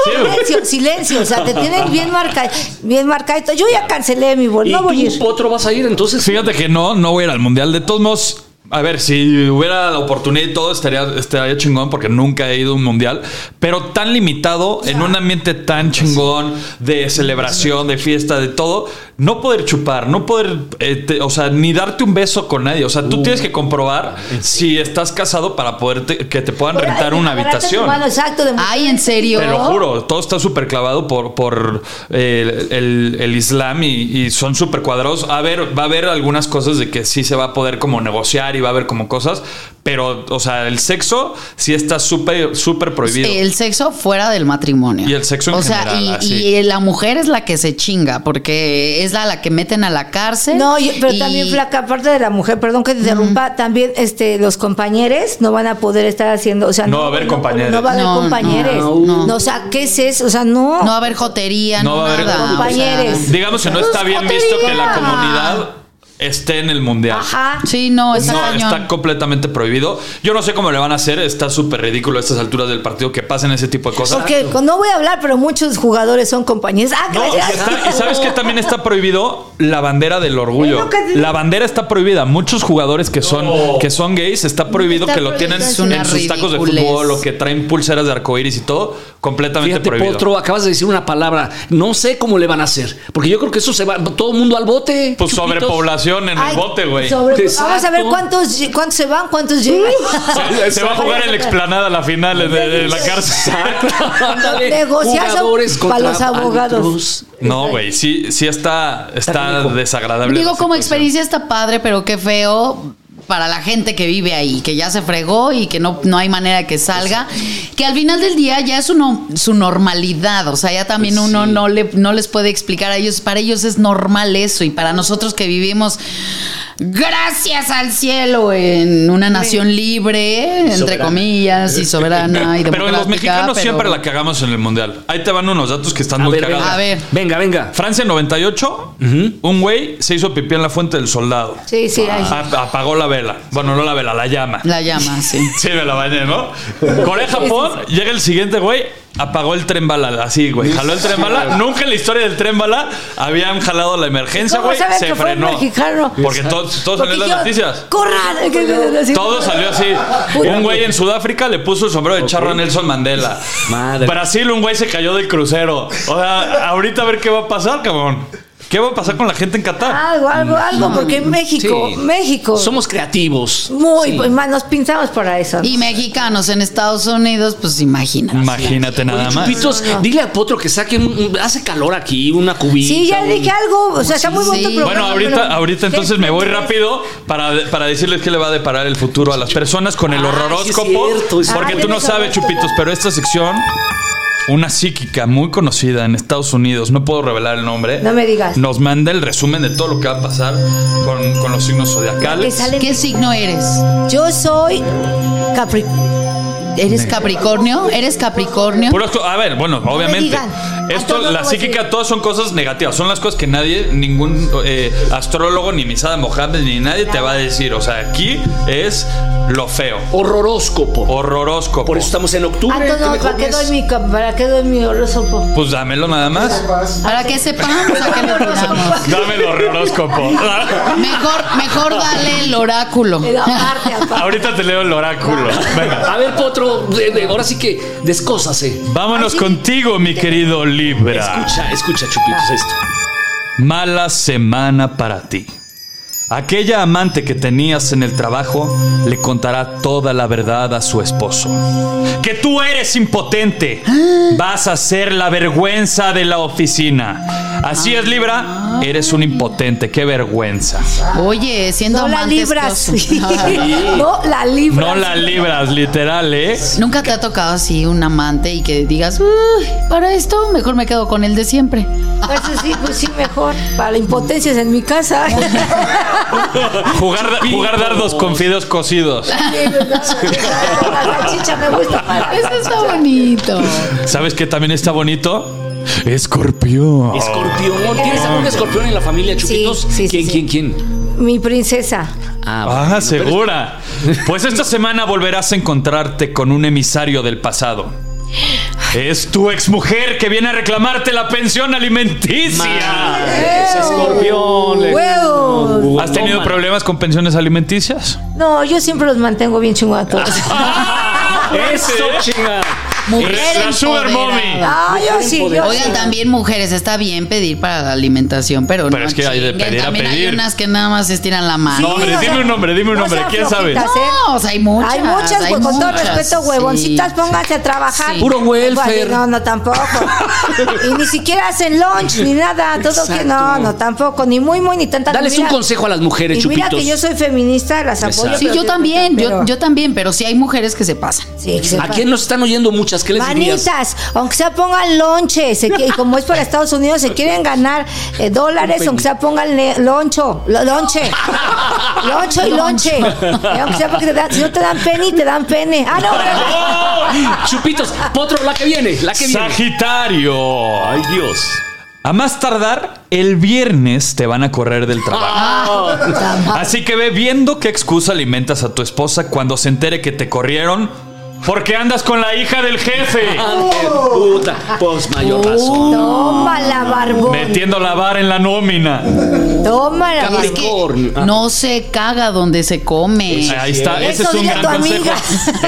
S1: Silencio, silencio, o sea, te tienen bien marca, bien marcadito. Yo ya cancelé mi
S2: y
S1: bol, no voy a
S2: tú,
S1: ir.
S2: Potro, vas a ir entonces.
S3: Fíjate que no, no voy a ir al mundial. De todos modos, a ver, si hubiera la oportunidad y todo, estaría, estaría chingón porque nunca he ido a un mundial. Pero tan limitado, en un ambiente tan chingón de celebración, de fiesta, de todo, no poder chupar, no poder, eh, te- o sea, ni darte un beso con nadie. O sea,
S1: Uh.
S3: tú tienes que comprobar si estás casado para poder te- que te puedan rentar una
S1: Agarrarte tu
S3: habitación.
S1: mano, exacto, de
S5: Ay, ¿en serio?
S3: Te lo juro, todo está súper clavado por, por eh, el, el- el Islam y, y son súper cuadrados. A ver, va a haber algunas cosas de que sí se va a poder como negociar y va a haber como cosas, Pero, o sea, el sexo sí está súper, súper prohibido.
S5: eh, El sexo fuera del matrimonio.
S3: Y el sexo en
S5: O sea,
S3: general, ah,
S5: y-
S3: así.
S5: y, la mujer es la que se chinga, porque es la, la que meten a la cárcel.
S1: No, yo- pero
S5: y-
S1: también flaca, aparte de la mujer, perdón que te interrumpa, también este los compañeros no van a poder estar haciendo, o sea,
S3: No va a haber compañeres.
S1: No va a haber
S5: No, no,
S1: compañeros. No,
S5: no.
S1: o sea, ¿qué es eso? O sea, no.
S5: No va a haber jotería,
S3: No
S5: no,
S3: va a haber
S5: nada.
S1: compañeros.
S5: o sea,
S3: Digamos que no está bien visto que la
S1: Jotería.
S3: comunidad esté en el mundial.
S1: Ajá.
S5: sí, no, está
S3: No,
S5: cañón.
S3: está completamente prohibido. Yo no sé cómo le van a hacer. Está súper ridículo a estas alturas del partido que pasen ese tipo de cosas.
S1: Porque con- no voy a hablar, pero muchos jugadores son compañeros. Ah,
S3: No, y,
S1: gracias.
S3: está- y sabes que también está prohibido la bandera del
S1: Es
S3: orgullo.
S1: lo que te digo.
S3: La bandera está prohibida. Muchos jugadores que son que son gays está prohibido
S5: Está
S3: que lo
S5: prohibido,
S3: tienen
S5: es una
S3: en sus tacos de
S5: ridiculez.
S3: fútbol o que traen pulseras de arcoíris y todo completamente
S2: Fíjate,
S3: prohibido.
S2: Potro, acabas de decir una palabra. No sé cómo le van a hacer. Porque yo creo que eso se va todo el mundo al bote.
S3: Pues
S2: Chupitos.
S3: sobrepoblación en
S1: Ay,
S3: el bote, güey. Se,
S1: sobre-
S2: Exacto.
S1: Vamos a ver cuántos, lle- cuántos se van, cuántos llegan.
S3: se va a jugar en la explanada la final de, de la cárcel.
S2: Ándale,
S1: Negociazo
S2: jugadores
S1: para
S2: contra
S1: los abogados.
S2: árbitros.
S3: No, güey, sí, sí está, está desagradable.
S5: Digo,
S3: la
S5: como
S3: situación.
S5: experiencia está padre, pero qué feo para la gente que vive ahí, que ya se fregó y que no, no hay manera de que
S3: Pues
S5: salga, que al final del día ya es uno, su normalidad, o sea, ya también
S3: Pues
S5: uno no, le, no les puede explicar a ellos, para ellos es normal eso y para nosotros que vivimos, gracias al cielo, en una nación libre, entre comillas, y soberana y democrática.
S3: Pero los mexicanos
S5: pero-
S3: siempre la cagamos en el mundial. Ahí te van unos datos que están
S2: A
S3: muy
S2: ver,
S3: cagados.
S2: venga.
S5: A ver.
S2: venga, venga.
S3: Francia 98, un güey se hizo pipí en la fuente del soldado.
S1: Sí, sí, ay.
S3: A- apagó la vela. Bueno, no la vela, la llama.
S5: La llama, sí.
S3: Sí, me la bañé, ¿no? Corea, Japón, llega el siguiente güey, apagó el tren bala, así, güey. Jaló el tren bala. Nunca en la historia del tren bala habían jalado la emergencia,
S1: ¿Cómo
S3: güey.
S1: sabes
S3: Se
S1: que fue un
S3: frenó.
S1: mexicano?
S3: Porque todos todos
S1: Porque
S3: salieron las
S1: yo-
S3: noticias.
S1: ¡Corran!
S3: Todo salió así. Un güey en Sudáfrica le puso el sombrero de charro a Nelson Mandela.
S2: Madre.
S3: Brasil, un güey se cayó del crucero. O sea, ahorita a ver qué va a pasar, cabrón. ¿Qué va a pasar con la gente en Qatar?
S1: Algo, algo, algo, porque en México,
S2: Sí.
S1: México.
S2: Somos creativos.
S1: muy, pues, man, nos pintamos para eso.
S5: Y mexicanos en Estados Unidos, pues imagínate.
S3: Imagínate nada más.
S2: Chupitos, dile a Potro que saque un, un- hace calor aquí, una cubita.
S1: Sí, ya
S2: un-
S1: dije algo. O sea, está muy
S5: sí.
S1: bonito el programa,
S3: Bueno, ahorita,
S1: pero-
S3: ahorita entonces
S1: ¿Qué?
S3: me voy rápido para, para decirles qué le va a deparar el futuro a las personas con el
S2: Ah,
S3: horroróscopo.
S2: sí es cierto, es
S3: Porque
S1: cierto.
S3: tú no sabes, Chupitos, pero esta sección, una psíquica muy conocida en Estados Unidos, no puedo revelar el nombre.
S1: No me digas.
S3: Nos manda el resumen de todo lo que va a pasar con, con los signos
S1: Que
S3: zodiacales.
S1: sale-
S5: ¿Qué signo eres?
S1: Yo soy Capricornio.
S5: ¿Eres Capricornio? ¿Eres Capricornio?
S3: Puras co- a ver, bueno, obviamente.
S1: digan. A
S3: Esto,
S1: todos
S3: la
S1: los-
S3: psíquica, todas son cosas negativas. Son las cosas que nadie, ningún eh, astrólogo, ni Misada Mohamed, ni nadie te va a decir. O sea, aquí es lo feo.
S2: Horroróscopo.
S3: Horroróscopo.
S2: Por eso estamos en octubre.
S1: Ah,
S2: ¿qué
S1: no, no,
S2: mejor
S1: ¿para qué
S2: mes?
S1: doy mi, cam- para qué doy mi horóscopo?
S3: Pues dámelo nada más.
S5: Para que sepamos a qué le tiramos.
S3: Dame el horóscopo.
S5: Mejor, mejor dale el oráculo.
S1: Pero aparte, aparte.
S3: Ahorita te leo el oráculo. Venga.
S2: A ver, Potro, de- de- ahora sí que descósase.
S3: Vámonos contigo, mi querido Libra.
S2: Escucha, escucha, Chupitos, esto.
S3: Mala semana para ti. Aquella amante que tenías en el trabajo le contará toda la verdad a su esposo. Que tú eres impotente.
S2: Ah.
S3: Vas a ser la vergüenza de la oficina. Así es,
S2: Ah.
S3: Libra. Eres un impotente. Qué vergüenza.
S5: Oye, siendo
S1: No la
S5: amantes,
S1: libras.
S5: ¿qué oso?
S1: No la libras.
S3: No la libras, literal, ¿eh?
S5: Nunca te ha tocado así un amante y que digas, "Uy, para esto mejor me quedo con el de siempre.
S1: Pues sí, pues sí, mejor. Para la impotencia es en mi casa.
S3: Jugar, jugar dardos con fideos cocidos.
S1: La chicha me gusta para
S5: Eso está bonito.
S3: ¿Sabes qué también está bonito?
S2: Oh.
S3: Escorpión.
S2: Escorpión. ¿Tienes algún escorpión en la familia, Chupitos?
S1: Sí, sí, sí,
S2: ¿Quién,
S1: sí.
S2: quién, quién?
S1: mi princesa.
S3: Ah, segura. Pues esta semana volverás a encontrarte con un emisario del pasado. Es tu exmujer que viene a reclamarte la pensión alimenticia.
S2: ah, Es escorpión. le-
S1: ¡Huevos!
S3: ¿Has tenido
S2: Toma.
S3: problemas con pensiones alimenticias?
S1: No, yo siempre los mantengo bien chingados.
S3: ¡Ah!
S2: Eso, chinga.
S5: Mujer
S4: Es la sugar mommy.
S5: empoderada.
S1: No, yo sí, yo sí.
S5: Oigan, también mujeres, está bien pedir para la alimentación, pero,
S3: Pero
S5: no
S3: es que hay de
S5: chinguen.
S3: pedir a
S5: También
S3: pedir.
S5: hay unas que nada más estiran la mano.
S1: Sí,
S3: No, hombre,
S1: o
S3: dime
S1: sea,
S3: un nombre, dime un
S1: no
S3: nombre.
S1: sean
S3: ¿Quién sabe?
S1: flojitas, ¿eh?
S5: No, o sea, hay muchas.
S1: Hay muchas, pues, con todo
S5: muchas,
S1: respeto,
S5: sí.
S1: huevoncitas, pónganse a trabajar.
S5: Sí.
S2: Puro welfare.
S1: Bueno, No, no, tampoco. y ni siquiera hacen lunch, ni nada. Todo
S2: Exacto.
S1: que no, no, tampoco. Ni muy, muy, ni tanta.
S2: Dales
S1: Mira-
S2: un consejo a las mujeres,
S1: Y mira
S2: chupitos.
S1: que yo soy feminista, las apoyo.
S2: Exacto.
S5: Sí,
S1: pero
S5: yo también, yo,
S1: pero-
S5: yo también, pero sí hay mujeres que se pasan.
S1: Sí, que se
S2: ¿A quién nos están oyendo muchas? ¿Qué
S3: Pues,
S2: les dirías?
S1: Manitas, aunque sea pongan lonche, se qui- y como es para Estados Unidos, se quieren ganar eh,
S3: Pues,
S1: dólares, aunque sea pongan le- loncho, lo- lonche, loncho y lonche. Eh, aunque sea porque te dan- si no te dan pene, te dan pene. Ah, no, pero-
S2: Chupitos, Potro, la que viene, la que viene.
S3: Sagitario. Ay, Dios. A más tardar, el viernes te van a correr del trabajo.
S2: Ah,
S1: Ah.
S3: Así que ve viendo qué excusa alimentas a tu esposa cuando se entere que te corrieron porque andas con la hija del jefe.
S2: Ah, qué puta, pues mayor razón.
S1: toma la barbón,
S3: Metiendo la vara en la nómina.
S1: toma la
S5: Es
S1: barbón.
S5: que
S2: Capricornio. Ah.
S5: no se caga donde se come.
S3: Pues, Ahí está, ese
S1: Eso
S3: es un
S1: dile a
S3: gran
S1: tu
S3: consejo.
S1: amiga.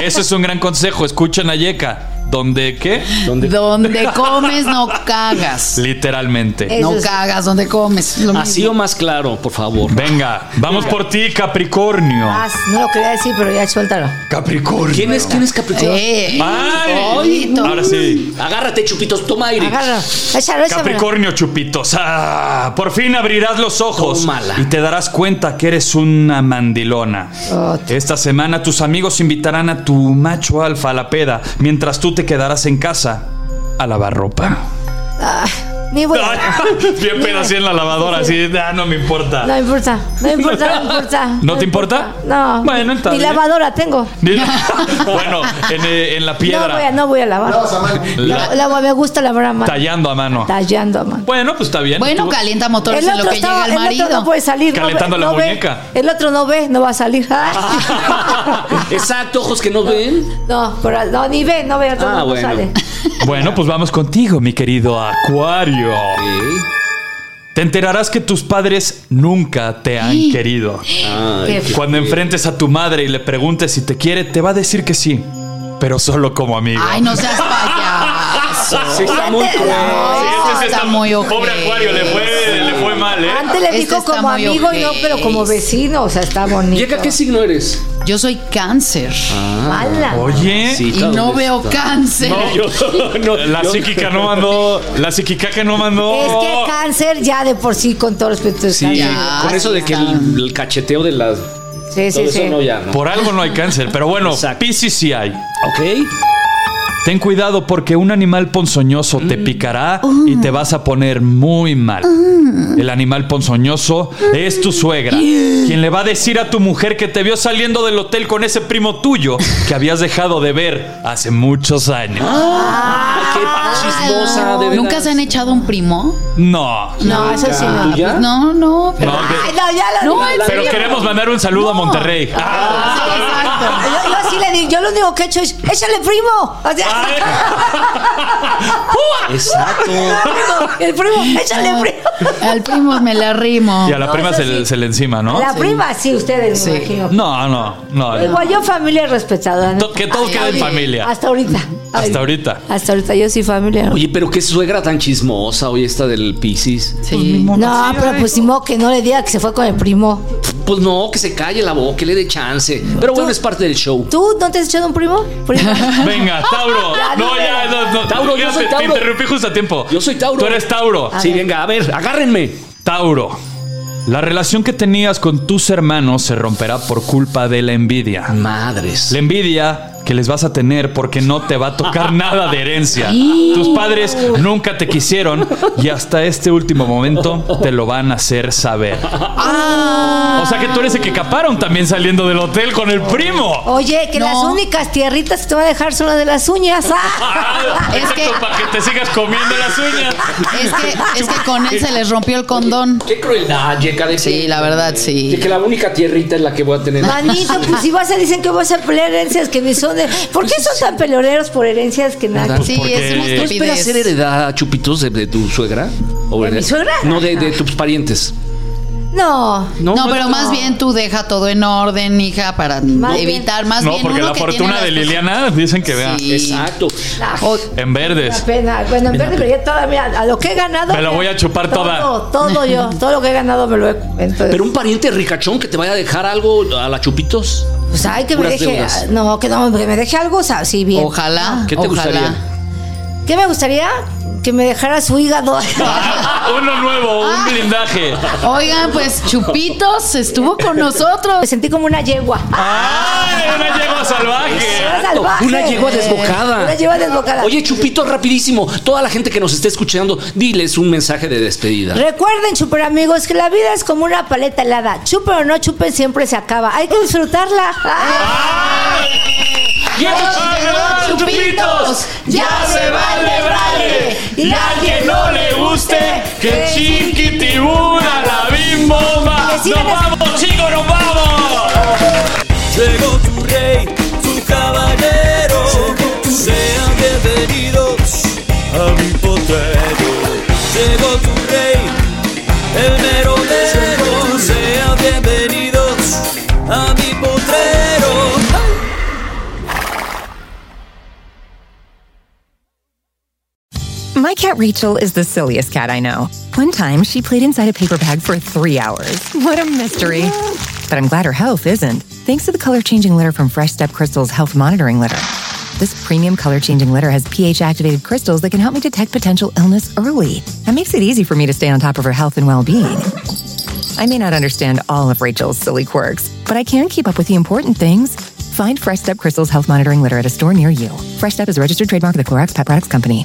S3: Ese es un gran consejo. Escuchen a Yeka. ¿Dónde qué?
S5: Donde comes no cagas.
S3: Literalmente.
S1: Eh.
S5: No
S1: Eso es-
S5: cagas donde comes. Lo
S2: Así o
S5: mismo.
S2: más claro, por favor.
S3: Venga, vamos por ti, Capricornio.
S1: Ah, no lo quería decir, pero ya suéltalo.
S3: Capricornio.
S2: ¿Quién es, quién es Capricornio?
S5: Eh,
S3: ¡Ay!
S5: pollito.
S3: Ahora sí.
S2: Agárrate, Chupitos, toma aire.
S1: Agárralo, échalo, échalo.
S3: Capricornio Chupitos, ah, por fin abrirás los ojos
S2: Tómala.
S3: y te darás cuenta que eres una mandilona. Esta semana tus amigos invitarán a tu macho alfa a la peda, mientras tú te quedarás en casa a lavar ropa.
S1: Ah, Ni voy
S3: Ay,
S1: a-
S3: Bien peda así en la lavadora, así, ah, no me
S1: No
S3: importa.
S1: me importa, no me importa, no me importa.
S3: ¿No te
S1: me
S3: importa?
S1: No.
S3: Bueno, está
S1: Ni
S3: bien.
S1: lavadora tengo.
S3: Ni- bueno, en, eh, en la
S1: No voy, a,
S3: piedra,
S1: no voy a lavar.
S3: la-
S1: La- la- me gusta labrar a mano.
S3: tallando a mano.
S1: Tallando a mano.
S3: Bueno, pues está bien.
S5: Bueno,
S3: tú-
S5: calienta motores en lo que llega
S1: estaba-
S5: el
S1: el otro no
S5: marido.
S1: puede salir. no ve-
S3: Calentando la
S1: no ve.
S3: muñeca. Ah.
S1: el otro no ve, no va a salir.
S2: Exacto, ojos que no ven.
S1: no, pero no, ni ve, no ve, el otro
S2: Ah,
S1: no
S2: bueno.
S1: sale.
S3: Bueno, pues vamos contigo, mi querido Acuario. Te enterarás que tus padres nunca te han querido.
S1: Qué f-
S3: Cuando enfrentes a tu madre y le preguntes si te quiere, te va a decir que sí, pero solo como amigo.
S5: Ay, no seas payaso.
S2: Sí, está muy
S1: Antes-
S2: cruel.
S1: no,
S3: Este sí
S5: está muy
S3: Pobre
S5: ojete.
S3: Acuario, le fue, le fue mal, ¿eh?
S1: Antes le
S5: Este
S1: dijo
S5: está
S1: como
S5: muy
S1: amigo y no, pero como
S5: ojete.
S1: vecino, o sea, está bonito.
S2: Yeka, ¿qué signo eres?
S5: Yo soy cáncer
S1: Mala.
S3: Oye,
S5: y no veo cáncer.
S3: la psíquica no mandó, la psíquica que no mandó.
S1: Es que cáncer ya de por sí, con todo respeto, es
S2: Sí,
S1: cáncer.
S5: Ya,
S2: con eso de que el, el cacheteo de las.
S1: Sí,
S2: todo
S1: sí,
S2: eso
S1: sí.
S2: no, ya, ¿no?
S3: Por algo no hay cáncer, pero bueno,
S2: Exacto.
S3: Piscis sí hay.
S2: Ok.
S3: Ten cuidado porque un animal ponzoñoso te picará y te vas a poner muy mal. El animal ponzoñoso es tu suegra, quien le va a decir a tu mujer que te vio saliendo del hotel con ese primo tuyo que habías dejado de ver hace muchos años.
S2: Ah, qué chismosa, de veras.
S5: ¿Nunca se han echado un primo?
S3: No.
S1: No, eso sí
S5: Ah,
S1: no.
S5: pues no, no, pero.
S3: No,
S1: Ay,
S3: que-
S1: no, ya lo
S5: No,
S1: dije.
S5: en
S3: pero
S5: serio.
S3: queremos mandar un saludo a
S5: No.
S3: Monterrey. Ah.
S5: Sí, exacto.
S1: Yo, yo sí le digo, yo lo único que he hecho es, échale primo. O sea,
S2: Exacto.
S1: el primo, échale
S5: Ah,
S1: primo.
S5: Al primo me la rimo.
S3: Y a la
S1: No,
S3: prima
S1: eso
S3: se, le-
S1: sí.
S3: se le encima, ¿no?
S1: La prima, sí, ustedes
S5: Sí.
S1: me imagino.
S3: No, no, no.
S1: Igual yo familia respetadora. ¿no?
S3: To- Que todo
S5: Ay,
S3: quede en
S5: ay.
S3: familia.
S1: Hasta ahorita.
S3: Hasta ahorita.
S1: Hasta ahorita yo sí familia.
S2: Oye, pero qué suegra tan chismosa hoy esta del Piscis.
S5: Sí.
S1: no,
S3: eh?
S1: pero pues ni modo que no le diga que se fue con el primo.
S2: Pues no, que se calle la boca, que le dé chance. Pero bueno, es parte del show.
S1: ¿Tú no te has echado un primo? Primo.
S3: Venga, Tauro.
S1: Ya,
S3: No,
S1: dime.
S3: ya, no, no.
S2: Tauro, yo
S3: Ya
S2: soy
S3: te-
S2: Tauro.
S3: Te interrumpí justo a tiempo.
S2: Yo soy Tauro. Ah.
S3: Tú eres Tauro.
S2: sí, venga, a ver, agárrenme.
S3: Tauro. La relación que tenías con tus hermanos se romperá por culpa de la envidia.
S2: Madres.
S3: La envidia que les vas a tener porque no te va a tocar nada de herencia. Tus padres nunca te quisieron y hasta este último momento te lo van a hacer saber.
S2: Ah.
S3: O sea que tú eres el que caparon también saliendo del hotel con el primo.
S1: Oye, que
S5: No.
S1: las únicas tierritas que te va a dejar son las de las uñas. Ah.
S5: Es que-
S2: Oh.
S3: Exacto, para que te sigas comiendo las uñas.
S5: Es que, es que con él se les rompió el condón.
S2: Qué crueldad, Yeca, de
S5: Sí, la verdad, sí.
S2: De que la única tierrita es la que voy a tener.
S1: Manito, pues si vas a dicen que vas a pelear herencias que ni son de. ¿Por qué son tan peleoneros por herencias que nada? que-
S5: Sí,
S3: porque-
S5: es una
S3: ¿Tú
S2: ¿Tú esperas
S5: estupidez.
S2: ser heredada, Chupitos, de, de tu suegra? ¿O
S1: ¿De mi suegra?
S2: No, de, de tus parientes.
S1: No.
S5: No, pero más bien tú deja todo en orden, hija, para
S1: bien.
S5: evitar más
S3: No,
S5: bien.
S3: porque
S5: uno
S3: la
S5: que tiene
S3: fortuna
S5: las
S3: de
S5: cosas-
S3: Liliana dicen que vea.
S5: Sí.
S2: Exacto.
S1: O-
S3: En verdes.
S1: La pena. Bueno, en verde, pero yo todavía, a lo que he ganado.
S3: Me la voy a chupar
S1: todo,
S3: toda.
S1: Todo yo, todo lo que he ganado me lo he. Entonces,
S2: Pero un pariente ricachón que te vaya a dejar algo a la chupitos.
S1: pues ay, que me
S2: puras
S1: deje.
S2: deudas.
S1: No, que no, que me deje algo, o sea, sí, bien.
S5: Ojalá.
S2: ¿Qué te
S5: ojalá.
S2: gustaría?
S1: ¿Qué me gustaría? Que me dejara su hígado.
S3: Ah. Uno nuevo,
S5: Ah.
S3: un blindaje.
S5: Oigan, pues Chupitos estuvo con
S1: me
S5: nosotros.
S1: sentí como una yegua.
S5: Ah.
S3: ¡Ay, una yegua salvaje!
S1: Era salvaje.
S2: Una yegua desbocada.
S1: Una yegua desbocada.
S2: Oye, Chupito, rapidísimo. Toda la gente que nos esté escuchando, diles un mensaje de despedida.
S1: Recuerden, super amigos, que la vida es como una paleta helada. Chupen o no chupen, siempre se acaba. Hay que disfrutarla.
S5: ¡Llegó Chupitos! ¡Ya se vale, vale!
S1: Y al que no le guste, que
S3: chiquitibuna la bimbomba!
S1: Que sigan ¡Nos las-
S3: vamos, chicos, nos vamos!
S4: Llegó tu rey, tu caballero. Sean bienvenidos a mi potrero. Llegó tu rey, el merodero. Sean bienvenidos a mi potrero.
S7: My cat Rachel is the silliest cat I know. One time, she played inside a paper bag for three hours. What a mystery. But I'm glad her health isn't, thanks to the color changing litter from Fresh Step Crystal's health monitoring litter. This premium color changing litter has pH activated crystals that can help me detect potential illness early. That makes it easy for me to stay on top of her health and well being. I may not understand all of Rachel's silly quirks, but I can keep up with the important things. Find Fresh Step Crystal's health monitoring litter at a store near you. Fresh Step is a registered trademark of the Clorox Pet Products Company.